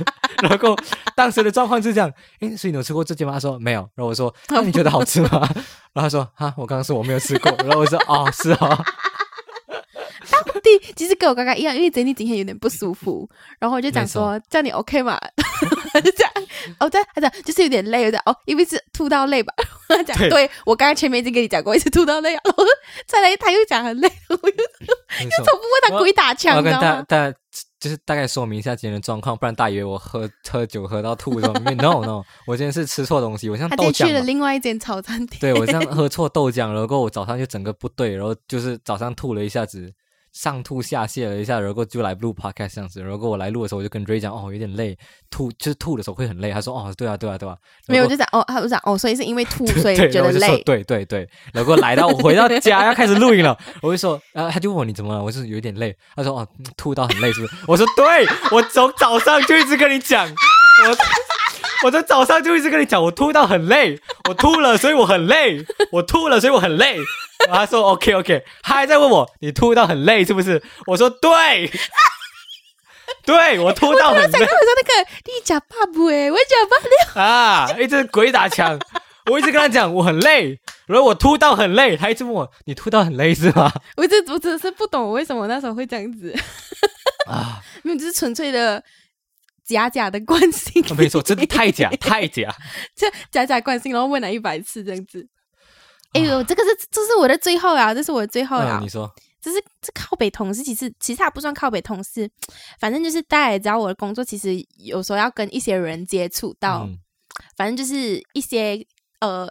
[SPEAKER 3] 然后当时的状况是这样，诶，所以你有吃过这间吗？他说没有。然后我说那你觉得好吃吗？ 然后他说哈，我刚刚说我没有吃过。然后我说哦，是哦，
[SPEAKER 2] 对，其实跟我刚刚一样，因为 Jenny 今天有点不舒服，然后我就讲说叫你 OK 嘛，就这样，哦，对，他讲就是有点累，有点哦，因为是吐到累吧。 他讲，
[SPEAKER 3] 对
[SPEAKER 2] 对我刚才前面已经跟你讲过一次吐到累，然后 再来他又讲很累，我又
[SPEAKER 3] 没错
[SPEAKER 2] 重复问他鬼打
[SPEAKER 3] 我
[SPEAKER 2] 墙，
[SPEAKER 3] 要
[SPEAKER 2] 你知
[SPEAKER 3] 跟
[SPEAKER 2] 道
[SPEAKER 3] 大
[SPEAKER 2] 吗？
[SPEAKER 3] 大就是大概说明一下今天的状况，不然大以为我喝喝酒喝到吐了。no no，我今天是吃错东西，我像
[SPEAKER 2] 他
[SPEAKER 3] 豆
[SPEAKER 2] 今天
[SPEAKER 3] 浆
[SPEAKER 2] 去了
[SPEAKER 3] 嘛。
[SPEAKER 2] 另外一间早餐店，
[SPEAKER 3] 对我 这样喝错豆浆，然后我早上就整个不对，然后就是早上吐了一下子，上吐下泻了一下，然后就来录 podcast 这样子。然后我来录的时候，我就跟 Ray 讲，哦，有点累，吐就是吐的时候会很累。他说，哦，对啊，对啊，对啊。
[SPEAKER 2] 没有，我
[SPEAKER 3] 然后
[SPEAKER 2] 就讲哦，他就讲哦，所以是因为吐，所 以
[SPEAKER 3] 对，
[SPEAKER 2] 觉
[SPEAKER 3] 然后
[SPEAKER 2] 得
[SPEAKER 3] 我就说
[SPEAKER 2] 累。
[SPEAKER 3] 对对对，然后来到我回到家要开始录音了，我就说， 啊，他就问我你怎么了，我是有点累，他说哦嗯吐到很累是不是？ 我说对，我从早上就一直跟你讲，我我从早上就一直跟你讲，我吐到很累，我吐了，所以我很累，我吐了，所以我很累。 然后他说 OK OK，他还在问我你吐到很累是不是？我说对， 对我吐到很
[SPEAKER 2] 想
[SPEAKER 3] 累
[SPEAKER 2] 到。好像那个你假爸不哎，我假爸你
[SPEAKER 3] 啊，一直鬼打墙。 我一直跟他讲我很累，然后我吐到很累，他一直问我你吐到很累是吗？
[SPEAKER 2] 我这我真的是不懂我为什么那时候会这样 子，
[SPEAKER 3] 啊，
[SPEAKER 2] 没有，就是纯粹的假假的惯性，
[SPEAKER 3] 没错，真的太假太 假。
[SPEAKER 2] 这 假假惯性，然后问了一百次这样子。哎呦，这个是这是我的最后啊啦，这是我的最后啦
[SPEAKER 3] 嗯，你，说
[SPEAKER 2] 这是这靠北同事，其实其实他不算靠北同事，反正就是大家也知道我的工作，其实有时候要跟一些人接触到，
[SPEAKER 3] 嗯
[SPEAKER 2] 反正就是一些呃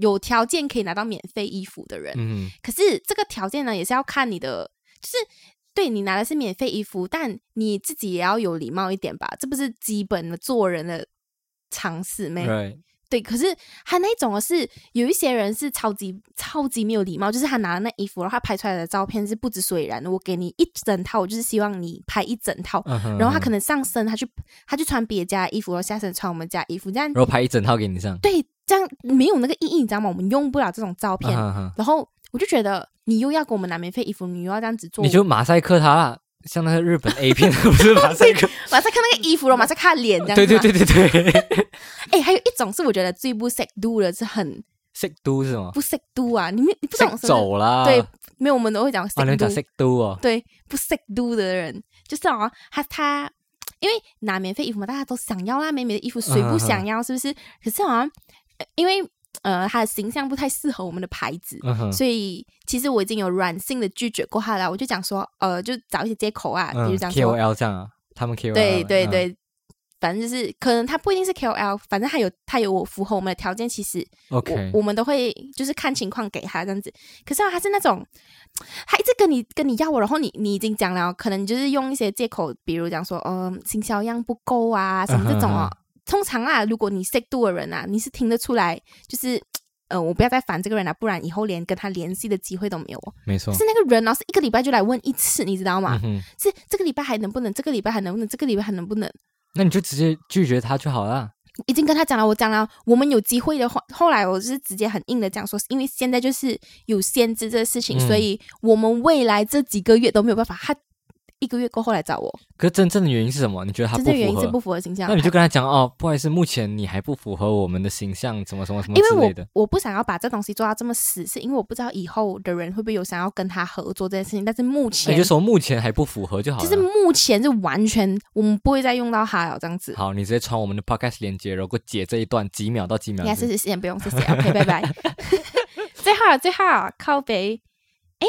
[SPEAKER 2] 有条件可以拿到免费衣服的人，
[SPEAKER 3] 嗯
[SPEAKER 2] 可是这个条件呢，也是要看你的，就是对你拿的是免费衣服，但你自己也要有礼貌一点吧，这不是基本的做人的常识咩？
[SPEAKER 3] ，right，
[SPEAKER 2] 对，可是他那一种哦是有一些人是超级超级没有礼貌，就是他拿了那衣服，然后他拍出来的照片是不知所以然的。我给你一整套，我就是希望你拍一整套，
[SPEAKER 3] 嗯哼
[SPEAKER 2] 然后他可能上身他去他去穿别家的衣服，然后下身穿我们家的衣服，这样
[SPEAKER 3] 然后拍一整套给你上。
[SPEAKER 2] 对这样没有那个意义，你知道吗？我们用不了这种照片，
[SPEAKER 3] 嗯哼哼
[SPEAKER 2] 然后我就觉得你又要给我们拿免费衣服，你又要这样子做，
[SPEAKER 3] 你就马赛克他啦，像那个日 本 A 片不是马赛克？
[SPEAKER 2] 马上看那个衣服了，马上看他脸这样。
[SPEAKER 3] 对对。对对 对，
[SPEAKER 2] 哎、还有一种是我觉得最不 sick do 的，是很
[SPEAKER 3] 色都是吗？
[SPEAKER 2] 不 sick do 啊，你们你不懂
[SPEAKER 3] 色
[SPEAKER 2] 是不是？
[SPEAKER 3] 走啦，
[SPEAKER 2] 对
[SPEAKER 3] 啊，
[SPEAKER 2] 没有我们都会讲
[SPEAKER 3] 你
[SPEAKER 2] sick
[SPEAKER 3] 们
[SPEAKER 2] do，、
[SPEAKER 3] 讲色都哦，
[SPEAKER 2] 对不 sick do 的人，就是啊，他他因为拿免费衣服嘛，大家都想要啦，美美的衣服谁
[SPEAKER 3] 嗯
[SPEAKER 2] 不想要？是不是？可是好像、呃因为呃，他的形象不太适合我们的牌子，
[SPEAKER 3] 嗯哼，
[SPEAKER 2] 所以其实我已经有软性的拒绝过他了，我就讲说，呃，就找一些借口啊，
[SPEAKER 3] 嗯
[SPEAKER 2] 比如讲说，
[SPEAKER 3] KOL 这样啊，他们 KOL
[SPEAKER 2] 对
[SPEAKER 3] 嗯
[SPEAKER 2] 对对，反正就是可能他不一定是 KOL，反正他有他有我符合我们的条件，其实
[SPEAKER 3] 嗯，OK，
[SPEAKER 2] 我我们都会就是看情况给他这样子。可是、啊、他是那种，他一直跟你跟你要我，然后你你已经讲了，可能就是用一些借口，比如讲说，嗯、行销量不够啊，什么这种哦。
[SPEAKER 3] 嗯哼
[SPEAKER 2] 通常啊，如果你识度的人啊，你是听得出来，就是。呃，我不要再烦这个人了、不然以后连跟他联系的机会都没有哦。
[SPEAKER 3] 没错
[SPEAKER 2] 可，是那个人呢、是一个礼拜就来问一次，你知道吗？
[SPEAKER 3] 嗯哼。
[SPEAKER 2] 是这个礼拜还能不能？这个礼拜还能不能？这个礼拜还能不能？
[SPEAKER 3] 那你就直接拒绝他就好了。
[SPEAKER 2] 已经跟他讲了，我讲了，我们有机会的话，后来我是直接很硬的讲说，因为现在就是有限制这个事情，
[SPEAKER 3] 嗯
[SPEAKER 2] 所以我们未来这几个月都没有办法。他一个月过后来找我，
[SPEAKER 3] 可是真正的原因是什么？你觉得他
[SPEAKER 2] 真
[SPEAKER 3] 不
[SPEAKER 2] 正原
[SPEAKER 3] 符
[SPEAKER 2] 因是
[SPEAKER 3] 合？
[SPEAKER 2] 不符合形象
[SPEAKER 3] 那
[SPEAKER 2] 的
[SPEAKER 3] 你就
[SPEAKER 2] 牌。
[SPEAKER 3] 跟他讲哦，不好意思，目前你还不符合我们的形象，怎么什么什么
[SPEAKER 2] 因为
[SPEAKER 3] 之类
[SPEAKER 2] 我
[SPEAKER 3] 的。
[SPEAKER 2] 我不想要把这东西做到这么死，是因为我不知道以后的人会不会有想要跟他合作这件事情。但是目
[SPEAKER 3] 那
[SPEAKER 2] 前
[SPEAKER 3] 你就说目前还不符合就好
[SPEAKER 2] 就
[SPEAKER 3] 了。
[SPEAKER 2] 是目前是完全我们不会再用到他了，这样子。
[SPEAKER 3] 好，你直接传我们的 podcast 连接，然后截这一段几秒到几秒
[SPEAKER 2] 应该
[SPEAKER 3] 之。
[SPEAKER 2] 是先不用，谢谢。OK，拜 拜。最后啊最后啊靠北，哎，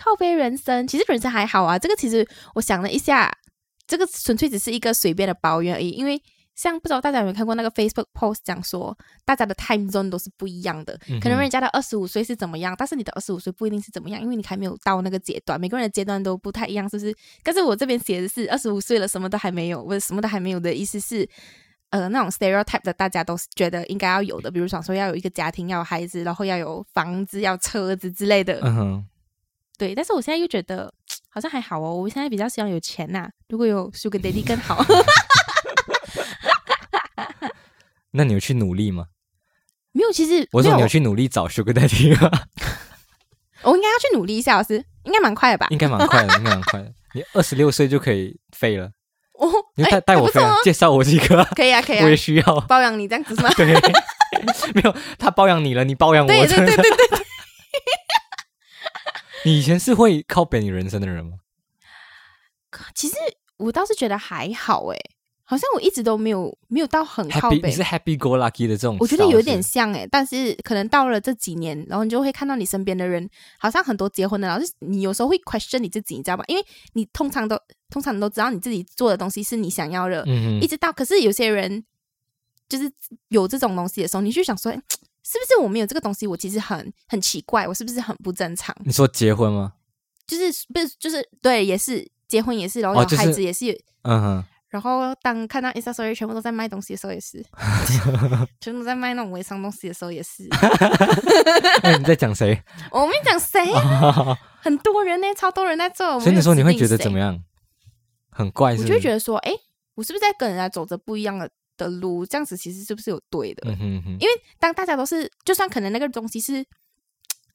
[SPEAKER 2] 靠北人生，其实人生还好啊。这个其实我想了一下，这个纯粹只是一个随便的抱怨而已。因为像不知道大家有没有看过那个 Facebook post 讲说，大家的 time zone 都是不一样的，可能人家的二十五岁是怎么样，但是你的二十五岁不一定是怎么样，因为你还没有到那个阶段，每个人的阶段都不太一样，是不是？但是我这边写的是二十五岁了，什么都还没有，我什么都还没有的意思是，呃，那种 stereotype 的大家都是觉得应该要有的，比如想说要有一个家庭，要有孩子，然后要有房子、要车子之类的。
[SPEAKER 3] 嗯哼，
[SPEAKER 2] 对，但是我现在又觉得好像还好哦，我现在比较希望有钱呐、如果有 sugar daddy 更好。
[SPEAKER 3] 那你有去努力吗？
[SPEAKER 2] 没有，其实
[SPEAKER 3] 我
[SPEAKER 2] 没
[SPEAKER 3] 说你有
[SPEAKER 2] 有，
[SPEAKER 3] 去努力找 sugar daddy 吗？
[SPEAKER 2] 我应该要去努力一下，老师应该蛮快的吧？
[SPEAKER 3] 应该蛮快的，应该蛮快的。你二十六岁就可以飞了，
[SPEAKER 2] 哦，
[SPEAKER 3] 你就
[SPEAKER 2] 哎
[SPEAKER 3] 带带我
[SPEAKER 2] 不
[SPEAKER 3] 飞
[SPEAKER 2] 错
[SPEAKER 3] 啊
[SPEAKER 2] 哦，，
[SPEAKER 3] 介绍我几个啊，
[SPEAKER 2] 可以啊，可以
[SPEAKER 3] 我也
[SPEAKER 2] 啊，
[SPEAKER 3] 需要。
[SPEAKER 2] 包养你这样子是吗？
[SPEAKER 3] 对，没有他包养你了，你包养我，
[SPEAKER 2] 对对
[SPEAKER 3] 真的
[SPEAKER 2] 对 对对，
[SPEAKER 3] 你以前是会靠北你人生的人吗？
[SPEAKER 2] 其实我倒是觉得还好哎、好像我一直都没有没有到很靠
[SPEAKER 3] happy
[SPEAKER 2] 北
[SPEAKER 3] 你是 happy go lucky 的这种 style 是，
[SPEAKER 2] 我觉得有点像哎、但是可能到了这几年，然后你就会看到你身边的人，好像很多结婚的，然后就是你有时候会 question 你自己，你知道吧？因为你通常都通常都知道你自己做的东西是你想要的，
[SPEAKER 3] 嗯
[SPEAKER 2] 一
[SPEAKER 3] 哼，
[SPEAKER 2] 直到可是有些人就是有这种东西的时候，你就想说，诶是不是我没有这个东西，我其实很很奇怪，我是不是很不正常？
[SPEAKER 3] 你说结婚吗？
[SPEAKER 2] 就是不是就是对，也是结婚也是，然
[SPEAKER 3] 哦
[SPEAKER 2] 后
[SPEAKER 3] 就
[SPEAKER 2] 有
[SPEAKER 3] 是
[SPEAKER 2] 孩子也是有
[SPEAKER 3] 嗯 哼，
[SPEAKER 2] 然后当看到 Insta Story 全部都在卖东西的时候，也是， 全部都在卖那种微商东西的时候，也是。
[SPEAKER 3] 哎你在讲谁？
[SPEAKER 2] 我没讲 谁啊、很多人呢、超多人在做。
[SPEAKER 3] 所以那时候你会觉得怎么
[SPEAKER 2] 样？
[SPEAKER 3] 样？很怪
[SPEAKER 2] 我
[SPEAKER 3] 是不
[SPEAKER 2] 就会觉
[SPEAKER 3] 是？
[SPEAKER 2] 得说，哎，我是不是在跟人家走着不一样的的路？这样子其实是不是有对的？
[SPEAKER 3] 嗯哼哼，
[SPEAKER 2] 因为当大家都是，就算可能那个东西是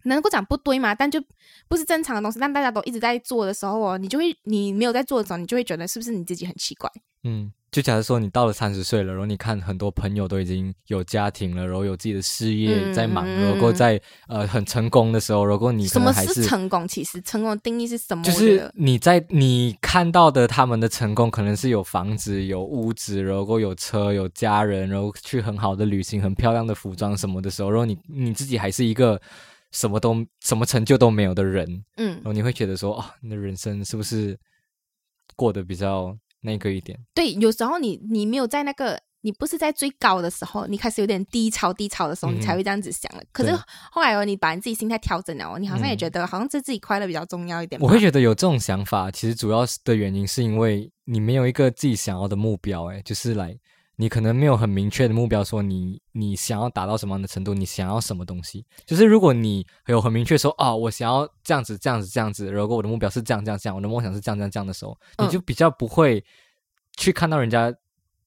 [SPEAKER 2] 能够讲不对嘛，但就不是正常的东西，但大家都一直在做的时候哦，你就会你没有在做的时候，你就会觉得是不是你自己很奇怪？
[SPEAKER 3] 嗯，就假如说你到了三十岁了，然后你看很多朋友都已经有家庭了，然后有自己的事业
[SPEAKER 2] 嗯
[SPEAKER 3] 在忙，
[SPEAKER 2] 嗯嗯
[SPEAKER 3] 然后在呃很成功的时候，如果你可
[SPEAKER 2] 什
[SPEAKER 3] 能
[SPEAKER 2] 么
[SPEAKER 3] 还
[SPEAKER 2] 是
[SPEAKER 3] 是。
[SPEAKER 2] 成功？其实成功的定义是什么？
[SPEAKER 3] 就
[SPEAKER 2] 我觉
[SPEAKER 3] 是
[SPEAKER 2] 得
[SPEAKER 3] 你在你看到的他们的成功，可能是有房子、有屋子，然后有车、有家人，然后去很好的旅行、很漂亮的服装什么的时候，然后你你自己还是一个什么都什么成就都没有的人，
[SPEAKER 2] 嗯
[SPEAKER 3] 然，后你会觉得说，哦，你的人生是不是过得比较那个一点？
[SPEAKER 2] 对，有时候你你没有在那个，你不是在最高的时候，你开始有点低潮低潮的时候，
[SPEAKER 3] 嗯
[SPEAKER 2] 你才会这样子想了。可是
[SPEAKER 3] 对
[SPEAKER 2] 后来哦，你把你自己心态调整了哦，你好像也
[SPEAKER 3] 嗯
[SPEAKER 2] 觉得好像是自己快乐比较重要一点吧。
[SPEAKER 3] 我会觉得有这种想法，其实主要是的原因是因为你没有一个自己想要的目标，哎，就是来你可能没有很明确的目标，说你你想要达到什么样的程度，你想要什么东西。就是如果你有很明确说，哦，我想要这样子、这样子、这样子，如果我的目标是这样、这样、这样，我的梦想是这样、这样、这样的时候，你
[SPEAKER 2] 嗯
[SPEAKER 3] 就比较不会去看到人家。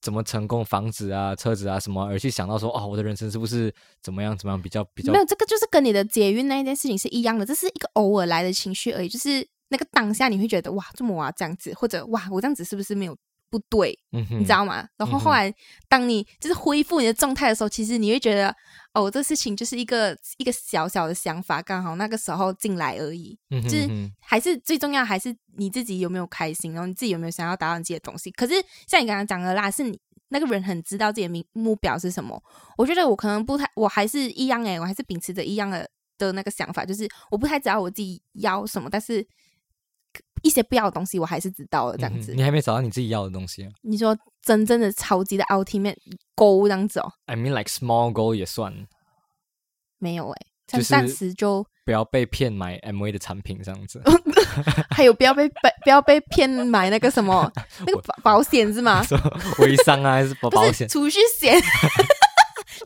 [SPEAKER 3] 怎么成功？房子啊、车子啊什么，而去想到说，哦，我的人生是不是怎么样怎么样比较比较
[SPEAKER 2] 没有这个，就是跟你的捷运那一件事情是一样的，这是一个偶尔来的情绪而已。就是那个当下，你会觉得哇，这么我要这样子，或者哇，我这样子是不是没有不对？
[SPEAKER 3] 嗯哼，
[SPEAKER 2] 你知道吗？然后
[SPEAKER 3] 嗯哼
[SPEAKER 2] 后来，当你就是恢复你的状态的时候，其实你会觉得，哦，这事情就是一个一个小小的想法，刚好那个时候进来而已。
[SPEAKER 3] 嗯哼
[SPEAKER 2] 就是
[SPEAKER 3] 嗯哼
[SPEAKER 2] 还是最重要，还是你自己有没有开心，然后你自己有没有想要达到你自己的东西。可是像你刚刚讲的啦，是你那个人很知道自己的目目标是什么。我觉得我可能不太，我还是一样诶、欸我还是秉持着一样的的那个想法，就是我不太知道我自己要什么，但是一些不要的东西我还是知道的这样
[SPEAKER 3] 嗯哼
[SPEAKER 2] 子。
[SPEAKER 3] 你还没找到你自己要的东西啊。
[SPEAKER 2] 你说真正的超级的 ultimate goal 这样子哦，
[SPEAKER 3] I mean like small goal 也算，
[SPEAKER 2] 没有诶、
[SPEAKER 3] 就
[SPEAKER 2] 像
[SPEAKER 3] 是
[SPEAKER 2] 暂时就
[SPEAKER 3] 不要被骗买 MV 的产品这样 子。
[SPEAKER 2] 哦还有不要被被不要被骗买那个 什么那个保保险是吗？
[SPEAKER 3] 说微商 啊，还是保
[SPEAKER 2] 不
[SPEAKER 3] 保
[SPEAKER 2] 是
[SPEAKER 3] 险
[SPEAKER 2] 储蓄险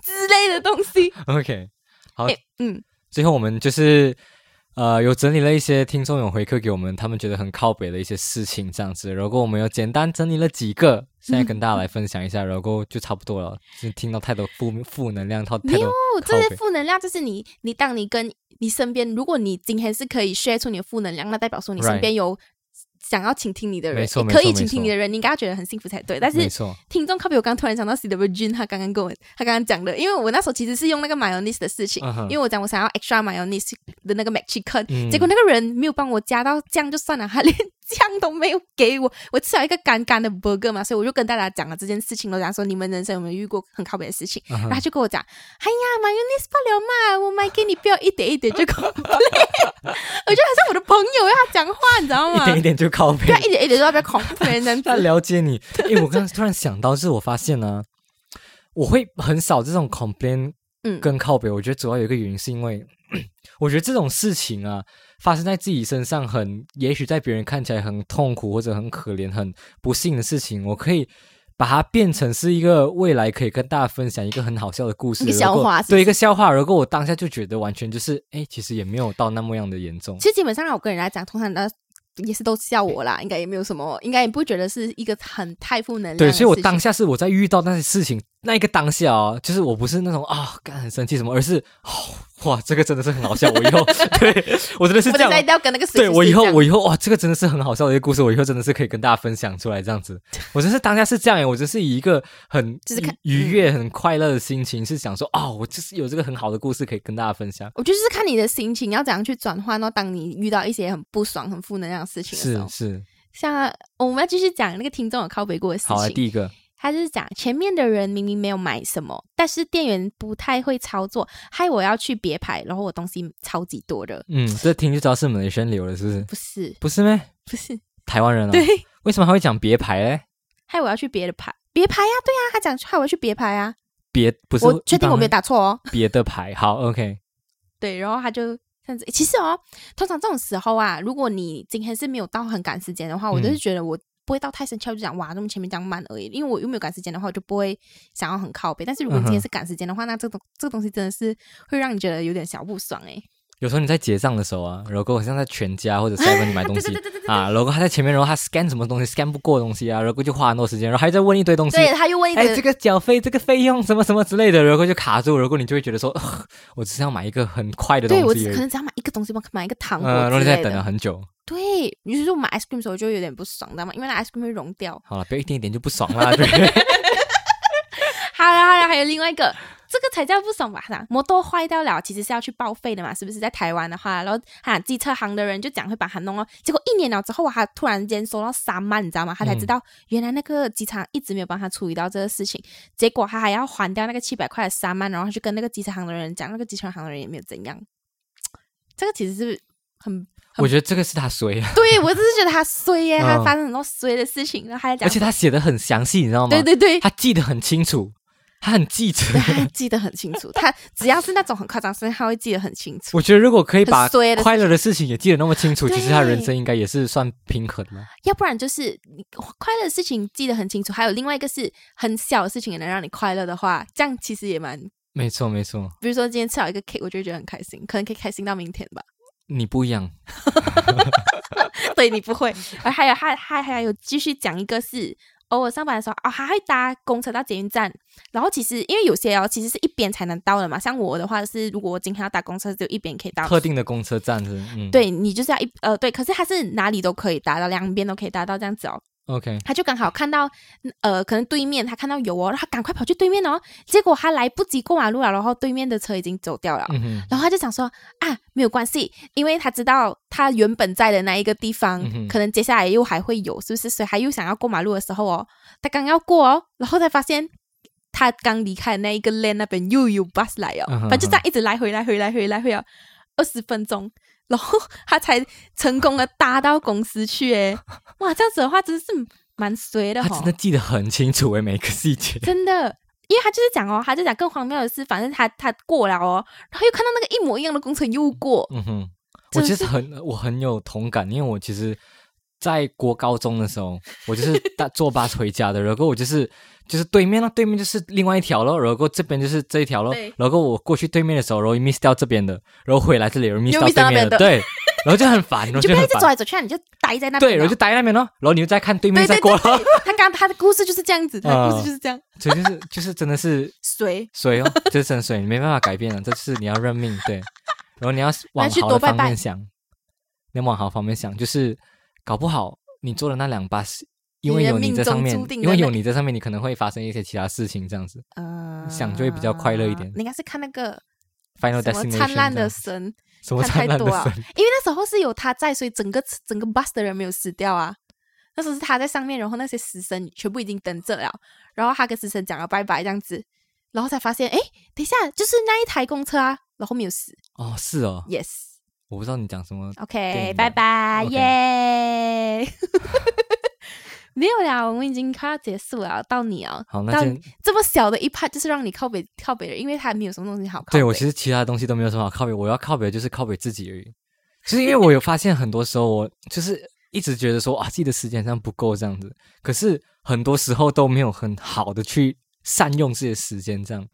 [SPEAKER 2] 之类的东西。
[SPEAKER 3] ？OK，好，
[SPEAKER 2] 哎、嗯，
[SPEAKER 3] 最后我们就是呃有整理了一些听众有回馈给我们，他们觉得很靠北的一些事情这样子。然后我们有简单整理了几个，现在跟大家来分享一下，然后就差不多了。就是听到太多负负能量，太多
[SPEAKER 2] 没有啊
[SPEAKER 3] 靠
[SPEAKER 2] 哦这些
[SPEAKER 3] 北
[SPEAKER 2] 负能量，就是你，你当你跟你身边，如果你今天是可以 share 出你的负能量，那代表说你
[SPEAKER 3] Right
[SPEAKER 2] 身边有想要倾听你的人
[SPEAKER 3] 没，错
[SPEAKER 2] 你
[SPEAKER 3] 没
[SPEAKER 2] 可
[SPEAKER 3] 错
[SPEAKER 2] 以
[SPEAKER 3] 没
[SPEAKER 2] 倾听
[SPEAKER 3] 错
[SPEAKER 2] 你的人，你应该要觉得很幸福才对。但是
[SPEAKER 3] 没错，
[SPEAKER 2] 听众靠边，我刚突然想到 C W Jun，他刚刚跟我，他刚刚讲的，因为我那时候其实是用那个 mayonnaise 的事情，
[SPEAKER 3] 嗯哼
[SPEAKER 2] 因为我讲我想要 extra mayonnaise 的那个 mac chicken，、
[SPEAKER 3] 嗯
[SPEAKER 2] 结果那个人没有帮我加到酱就算了， 他连酱都没有给我，我吃了一个干干的 burger 嘛，所以我就跟大家讲了这件事情了，然后说你们人生有没有遇过很靠北的事情？
[SPEAKER 3] 嗯哼
[SPEAKER 2] 然后他就跟我讲，哎呀，mayonnaise 不了嘛，我买给你不要一点一点就 c o 我觉得还是我的朋友要讲话，你知道
[SPEAKER 3] 一
[SPEAKER 2] 吗？啊
[SPEAKER 3] 点一点就靠北
[SPEAKER 2] 不。要一点一点就要不要 complain 这样
[SPEAKER 3] 他
[SPEAKER 2] 子。
[SPEAKER 3] 了解你。诶，我刚刚突然想到，就是我发现呢、我会很少这种 complain
[SPEAKER 2] 嗯
[SPEAKER 3] 跟靠北。我觉得主要有一个原因是因为，我觉得这种事情啊，发生在自己身上很，也许在别人看起来很痛苦或者很可怜、很不幸的事情，我可以。把它变成是一个未来可以跟大家分享一个很好笑的故事，
[SPEAKER 2] 一个
[SPEAKER 3] 如果
[SPEAKER 2] 笑话是不
[SPEAKER 3] 对
[SPEAKER 2] 是
[SPEAKER 3] 一个笑话。如果我当下就觉得完全就是，诶，其实也没有到那么样的严重。
[SPEAKER 2] 其实基本上我跟人家讲，通常的也是都笑我啦，应该也没有什么，应该也不会觉得是一个很太负能量的
[SPEAKER 3] 对，
[SPEAKER 2] 事
[SPEAKER 3] 所
[SPEAKER 2] 情。
[SPEAKER 3] 以我当下是我在遇到那些事情那一个当下哦，就是我不是那种啊，干、很生气什么，而是、哦、哇，这个真的是很好笑，我以 后对我真的是这
[SPEAKER 2] 我等
[SPEAKER 3] 样
[SPEAKER 2] 下一，定要跟那个谁
[SPEAKER 3] 对
[SPEAKER 2] 谁
[SPEAKER 3] 我以
[SPEAKER 2] 谁
[SPEAKER 3] 后
[SPEAKER 2] 讲
[SPEAKER 3] 我以后哇，这个真的是很好笑的一个故事，我以后真的是可以跟大家分享出来这样 子。我真是当下是这样耶，欸我真是以一个很
[SPEAKER 2] 就是
[SPEAKER 3] 愉
[SPEAKER 2] 看嗯
[SPEAKER 3] 愉悦、很快乐的心情，是想说哦，我就是有这个很好的故事可以跟大家分享。
[SPEAKER 2] 我就是看你的心情要怎样去转换到，当你遇到一些很不爽、很负能量的事情的时
[SPEAKER 3] 是
[SPEAKER 2] 候，
[SPEAKER 3] 是，
[SPEAKER 2] 像我们要继续讲那个听众有靠北过的事
[SPEAKER 3] 好来啊
[SPEAKER 2] 情。
[SPEAKER 3] 第一个，
[SPEAKER 2] 他就是讲前面的人明明没有买什么，但是店员不太会操作，害我要去别排，然后我东西超级多的，
[SPEAKER 3] 嗯，这听就知道是马来西亚流了，是不是？
[SPEAKER 2] 不是
[SPEAKER 3] 不是咩？
[SPEAKER 2] 不是，
[SPEAKER 3] 台湾人啊、
[SPEAKER 2] 对，
[SPEAKER 3] 为什么还会讲别牌嘞？
[SPEAKER 2] 害我要去别的排，别排呀、对呀、他讲害我要去别排啊，
[SPEAKER 3] 别不是
[SPEAKER 2] 我确定我没有
[SPEAKER 3] 打
[SPEAKER 2] 打错哦，
[SPEAKER 3] 别的牌。好，OK，
[SPEAKER 2] 对，然后他就这样子。其实哦，通常这种时候啊，如果你今天是没有到很赶时间的话，我
[SPEAKER 3] 嗯
[SPEAKER 2] 就是觉得我不会到太生气，我就讲哇，那么前面讲慢而已，因为我又没有赶时间的话，我就不会想要很靠背。但是如果你
[SPEAKER 3] 嗯
[SPEAKER 2] 今天
[SPEAKER 3] 哼
[SPEAKER 2] 是赶时间的话，那这种这个东西真的是会让你觉得有点小不爽哎、
[SPEAKER 3] 有时候你在结账的时候啊，然后好像在全家 或者 seven 你买东
[SPEAKER 2] 对
[SPEAKER 3] 西
[SPEAKER 2] 对对对对对，
[SPEAKER 3] 啊，然后他在前面，然后他 scan 什么东西，scan 不过的东西啊，然后就花很多时间，然后还在问一堆东西。
[SPEAKER 2] 对，他又问一
[SPEAKER 3] 哎，这
[SPEAKER 2] 个。
[SPEAKER 3] 个缴费，这个费用什么什么之类的，然后就卡住，然后你就会觉得说， 呃我只是要买一个很快的东
[SPEAKER 2] 对
[SPEAKER 3] 西
[SPEAKER 2] 我
[SPEAKER 3] 而已，
[SPEAKER 2] 只可能只要买一个东西吧，买一个糖
[SPEAKER 3] 嗯、
[SPEAKER 2] 果
[SPEAKER 3] 然后你
[SPEAKER 2] 之
[SPEAKER 3] 在
[SPEAKER 2] 类
[SPEAKER 3] 等了
[SPEAKER 2] 的。
[SPEAKER 3] 很久。
[SPEAKER 2] 对，于是我买 ice cream 的时候就有点不爽，知道吗？因为那 ice cream 会融掉。
[SPEAKER 3] 好了，不要一点一点就不爽 啦，对不对？
[SPEAKER 2] 好了好了，还有另外一个，这个才叫不爽吧？摩托坏掉了，其实是要去报废的嘛，是不是？在台湾的话，然后哈机车行的人就讲会把它弄哦，结果一年了之后啊，他突然间收到三万，你知道吗？他才知
[SPEAKER 3] 嗯
[SPEAKER 2] 道原来那个机场一直没有帮他处理到这个事情，结果他还要还掉那个七百块的三万，然后他去跟那个机车行的人讲，那个机车行的人也没有怎样。这个其实是很，
[SPEAKER 3] 我觉得这个是他啊衰，
[SPEAKER 2] 对我只是觉得他衰耶、他
[SPEAKER 3] 嗯
[SPEAKER 2] 发生很多衰的事情，然后他还
[SPEAKER 3] 而
[SPEAKER 2] 讲，
[SPEAKER 3] 且他写的很详细，你知道吗？
[SPEAKER 2] 对对对，
[SPEAKER 3] 他记得很清楚，他很记仇。
[SPEAKER 2] 对，他记得很清楚。他只要是那种很夸张的事情，他会记得很清楚。
[SPEAKER 3] 我觉得如果可以把
[SPEAKER 2] 很衰的事情
[SPEAKER 3] 快乐的事情也记得那么清楚，
[SPEAKER 2] 对
[SPEAKER 3] 其实他人生应该也是算平衡了。
[SPEAKER 2] 要不然就是你快乐的事情记得很清楚，还有另外一个是很小的事情也能让你快乐的话，这样其实也蛮……
[SPEAKER 3] 没错，没错，
[SPEAKER 2] 比如说今天吃了一个 cake，我就会觉得很开心，可能可以开心到明天吧。
[SPEAKER 3] 你不一样。
[SPEAKER 2] 对你不会，而还有还还还有继续讲一个是。偶尔上班的时候，哦，还会搭公车到捷运站。然后其实因为有些哦，其实是一边才能到的嘛。像我的话是，如果我今天要搭公车，只有一边可以到。
[SPEAKER 3] 特定的公车站是，嗯，
[SPEAKER 2] 对你就是要一呃对，可是它是哪里都可以达到，两边都可以达到这样子哦。
[SPEAKER 3] ，OK，
[SPEAKER 2] 他就刚好看到呃，可能对面他看到有哦，他赶快跑去对面哦，结果他来不及过马路了，然后对面的车已经走掉了。
[SPEAKER 3] 嗯哼，
[SPEAKER 2] 然后他就想说啊，没有关系，因为他知道他原本在的那一个地方，
[SPEAKER 3] 嗯哼
[SPEAKER 2] 可能接下来又还会有，是不是？所以他又想要过马路的时候哦，他刚要过哦，然后才发现他刚离开的那一个 lane 那边又有 bus 来哦，
[SPEAKER 3] 嗯哼
[SPEAKER 2] 反正就这样一直来回来回来回来回哦，二十分钟，然后他才成功的搭到公司去诶， 哇，这样子的话真是蛮衰的
[SPEAKER 3] 他
[SPEAKER 2] 哈、
[SPEAKER 3] 真的记得很清楚欸诶，每个细节。
[SPEAKER 2] 真的，因为他就是讲哦，他就讲更荒谬的是，反正他他过了哦，然后又看到那个一模一样的工程又过，
[SPEAKER 3] 嗯哼，我
[SPEAKER 2] 真的
[SPEAKER 3] 其
[SPEAKER 2] 是
[SPEAKER 3] 实很我很有同感，因为我其实，在国高中的时候，我就是搭 坐巴士回家的，然后我就是就是对面了，对面就是另外一条咯，然后这边就是这一条咯
[SPEAKER 2] 对，
[SPEAKER 3] 然后我过去对面的时候，然后 miss 掉这边的，然后回来这里，然后 miss
[SPEAKER 2] 又
[SPEAKER 3] 到
[SPEAKER 2] miss 到
[SPEAKER 3] 对面
[SPEAKER 2] 那边的
[SPEAKER 3] 对，然后就很烦，然
[SPEAKER 2] 你
[SPEAKER 3] 后
[SPEAKER 2] 就不要
[SPEAKER 3] 很
[SPEAKER 2] 一直走
[SPEAKER 3] 烦，
[SPEAKER 2] 来走去啊，你就待在那边
[SPEAKER 3] 对，
[SPEAKER 2] 了。
[SPEAKER 3] 然后就待在那边咯，然后你又再看对面
[SPEAKER 2] 对
[SPEAKER 3] 再
[SPEAKER 2] 对
[SPEAKER 3] 过
[SPEAKER 2] 对
[SPEAKER 3] 咯，
[SPEAKER 2] 对，他刚他的故事就是这样子，他的
[SPEAKER 3] 嗯
[SPEAKER 2] 故事就是这样，
[SPEAKER 3] 所以就是就是真的是
[SPEAKER 2] 谁？
[SPEAKER 3] 水哦， 这是很水，你没办法改变了，这是你要认命，对。然后你要往
[SPEAKER 2] 那去
[SPEAKER 3] 好的
[SPEAKER 2] 多拜
[SPEAKER 3] 方
[SPEAKER 2] 拜
[SPEAKER 3] 面想，你要往好方面想，就是搞不好你做的那两把是，因为
[SPEAKER 2] 你的
[SPEAKER 3] 有你
[SPEAKER 2] 命
[SPEAKER 3] 在上
[SPEAKER 2] 中
[SPEAKER 3] 面
[SPEAKER 2] 注，定
[SPEAKER 3] 因为
[SPEAKER 2] 的
[SPEAKER 3] 有
[SPEAKER 2] 那
[SPEAKER 3] 你在上面，你可能会发生一些其他事情，这样子。
[SPEAKER 2] 呃
[SPEAKER 3] 想就会比较快乐一点
[SPEAKER 2] 你应该是看那个
[SPEAKER 3] Final
[SPEAKER 2] 什么
[SPEAKER 3] destination，
[SPEAKER 2] 灿烂
[SPEAKER 3] 这
[SPEAKER 2] 的
[SPEAKER 3] 样
[SPEAKER 2] 神，
[SPEAKER 3] 什么
[SPEAKER 2] 看
[SPEAKER 3] 灿
[SPEAKER 2] 太
[SPEAKER 3] 烂
[SPEAKER 2] 多
[SPEAKER 3] 的
[SPEAKER 2] 啊
[SPEAKER 3] 神，
[SPEAKER 2] 因为那时候是有他在，所以整个整个 bus 的人没有死掉啊。那时候是他在上面，然后那些死神全部已经等着了，然后他跟死神讲了拜拜这样子，然后才发现，哎，等一下，就是那一台公车啊，然后没有死
[SPEAKER 3] 哦，是哦，
[SPEAKER 2] ，yes，OK，、
[SPEAKER 3] 我不知道你讲什么，
[SPEAKER 2] OK，
[SPEAKER 3] 对
[SPEAKER 2] 拜拜，
[SPEAKER 3] OK
[SPEAKER 2] 耶、 没有啦，我们已经快要结束了，到你哦，
[SPEAKER 3] 好，那
[SPEAKER 2] 到
[SPEAKER 3] 先
[SPEAKER 2] 这么小的一 part 就是让你靠北靠北的，因为他没有什么东西好靠北。
[SPEAKER 3] 对我其实其他东西都没有什么好靠北，我要靠北就是靠北自己而已。就是因为我有发现，很多时候我就是一直觉得说啊，自己的时间上不够这样子，可是很多时候都没有很好的去善用自己的时间，这样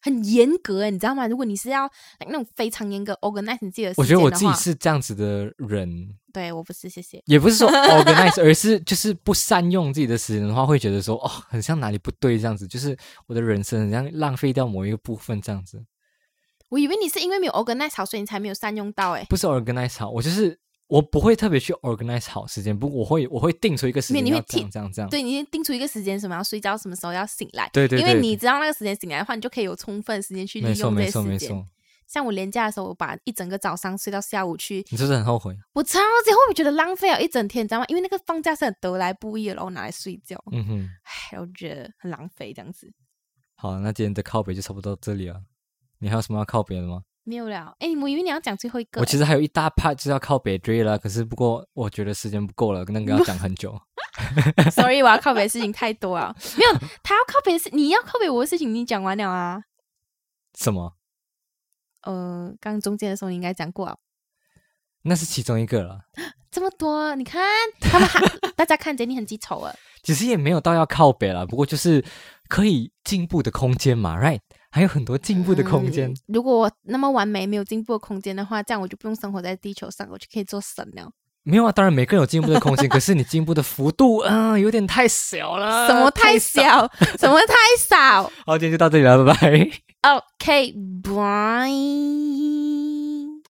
[SPEAKER 2] 很严格欸，你知道吗？如果你是要那种非常严格 organize 你自己的时间的话，
[SPEAKER 3] 我觉得我自己是这样子的人，
[SPEAKER 2] 对我不是，谢谢。
[SPEAKER 3] 也不是 说 organize，而是就是不善用自己的时间的话，会觉得说哦，很像哪里不对这样子，就是我的人生很像浪费掉某一个部分这样子。
[SPEAKER 2] 我以为你是因为没有 organize 好，所以你才没有善用到哎、
[SPEAKER 3] 不是 organize 好，我就是我不会特别去 organize 好时间，不过我会我会定出一个时
[SPEAKER 2] 没有
[SPEAKER 3] 间
[SPEAKER 2] 你会
[SPEAKER 3] 要这样
[SPEAKER 2] 定
[SPEAKER 3] 这样这样。
[SPEAKER 2] 对，你先定出一个时间，什么要睡觉，什么时候要醒来。
[SPEAKER 3] 对对对
[SPEAKER 2] 因为你知道那个时间醒来的话，你就可以有充分时间去
[SPEAKER 3] 没
[SPEAKER 2] 利
[SPEAKER 3] 错
[SPEAKER 2] 用这
[SPEAKER 3] 没
[SPEAKER 2] 些
[SPEAKER 3] 错没
[SPEAKER 2] 时间。
[SPEAKER 3] 错，
[SPEAKER 2] 像我连假的时候，我把一整个早上睡到下午去，
[SPEAKER 3] 你是不是很后悔？
[SPEAKER 2] 我超级后悔，觉得浪费了一整天，你知道吗？因为那个放假是很得来不易的，然后拿来睡觉，
[SPEAKER 3] 嗯哼，
[SPEAKER 2] 唉，然后觉得很浪费这样子。
[SPEAKER 3] 好，那今天的靠北就差不多到这里了。你还有什么要靠北的吗？
[SPEAKER 2] 没有了，哎，我以为你要讲最后一个
[SPEAKER 3] 我，其实还有一大 part 就是要靠北追了，可是不过我觉得时间不够了，那个要讲很久。
[SPEAKER 2] sorry，我要靠北的事情太多了。 没有，他要靠北的事，你要靠北我的事情，你讲完了啊。
[SPEAKER 3] 什么？
[SPEAKER 2] 呃，刚中间的时候你应该讲过啊。
[SPEAKER 3] 那是其中一个了，
[SPEAKER 2] 这么多，你看他们还大家看着你很记仇啊。
[SPEAKER 3] 其实也没有到要靠北了，不过就是可以进步的空间嘛，right？还有很多进步的空间
[SPEAKER 2] 嗯。如果我那么完美，没有进步的空间的话，这样我就不用生活在地球上，我就可以做神了。
[SPEAKER 3] 没有啊，当然每个人有进步的空间，可是你进步的幅度，嗯、有点太小了。
[SPEAKER 2] 什么太
[SPEAKER 3] 啊少？
[SPEAKER 2] 小，什么太少。
[SPEAKER 3] 好，今天就到这里了，拜拜。
[SPEAKER 2] OK，bye。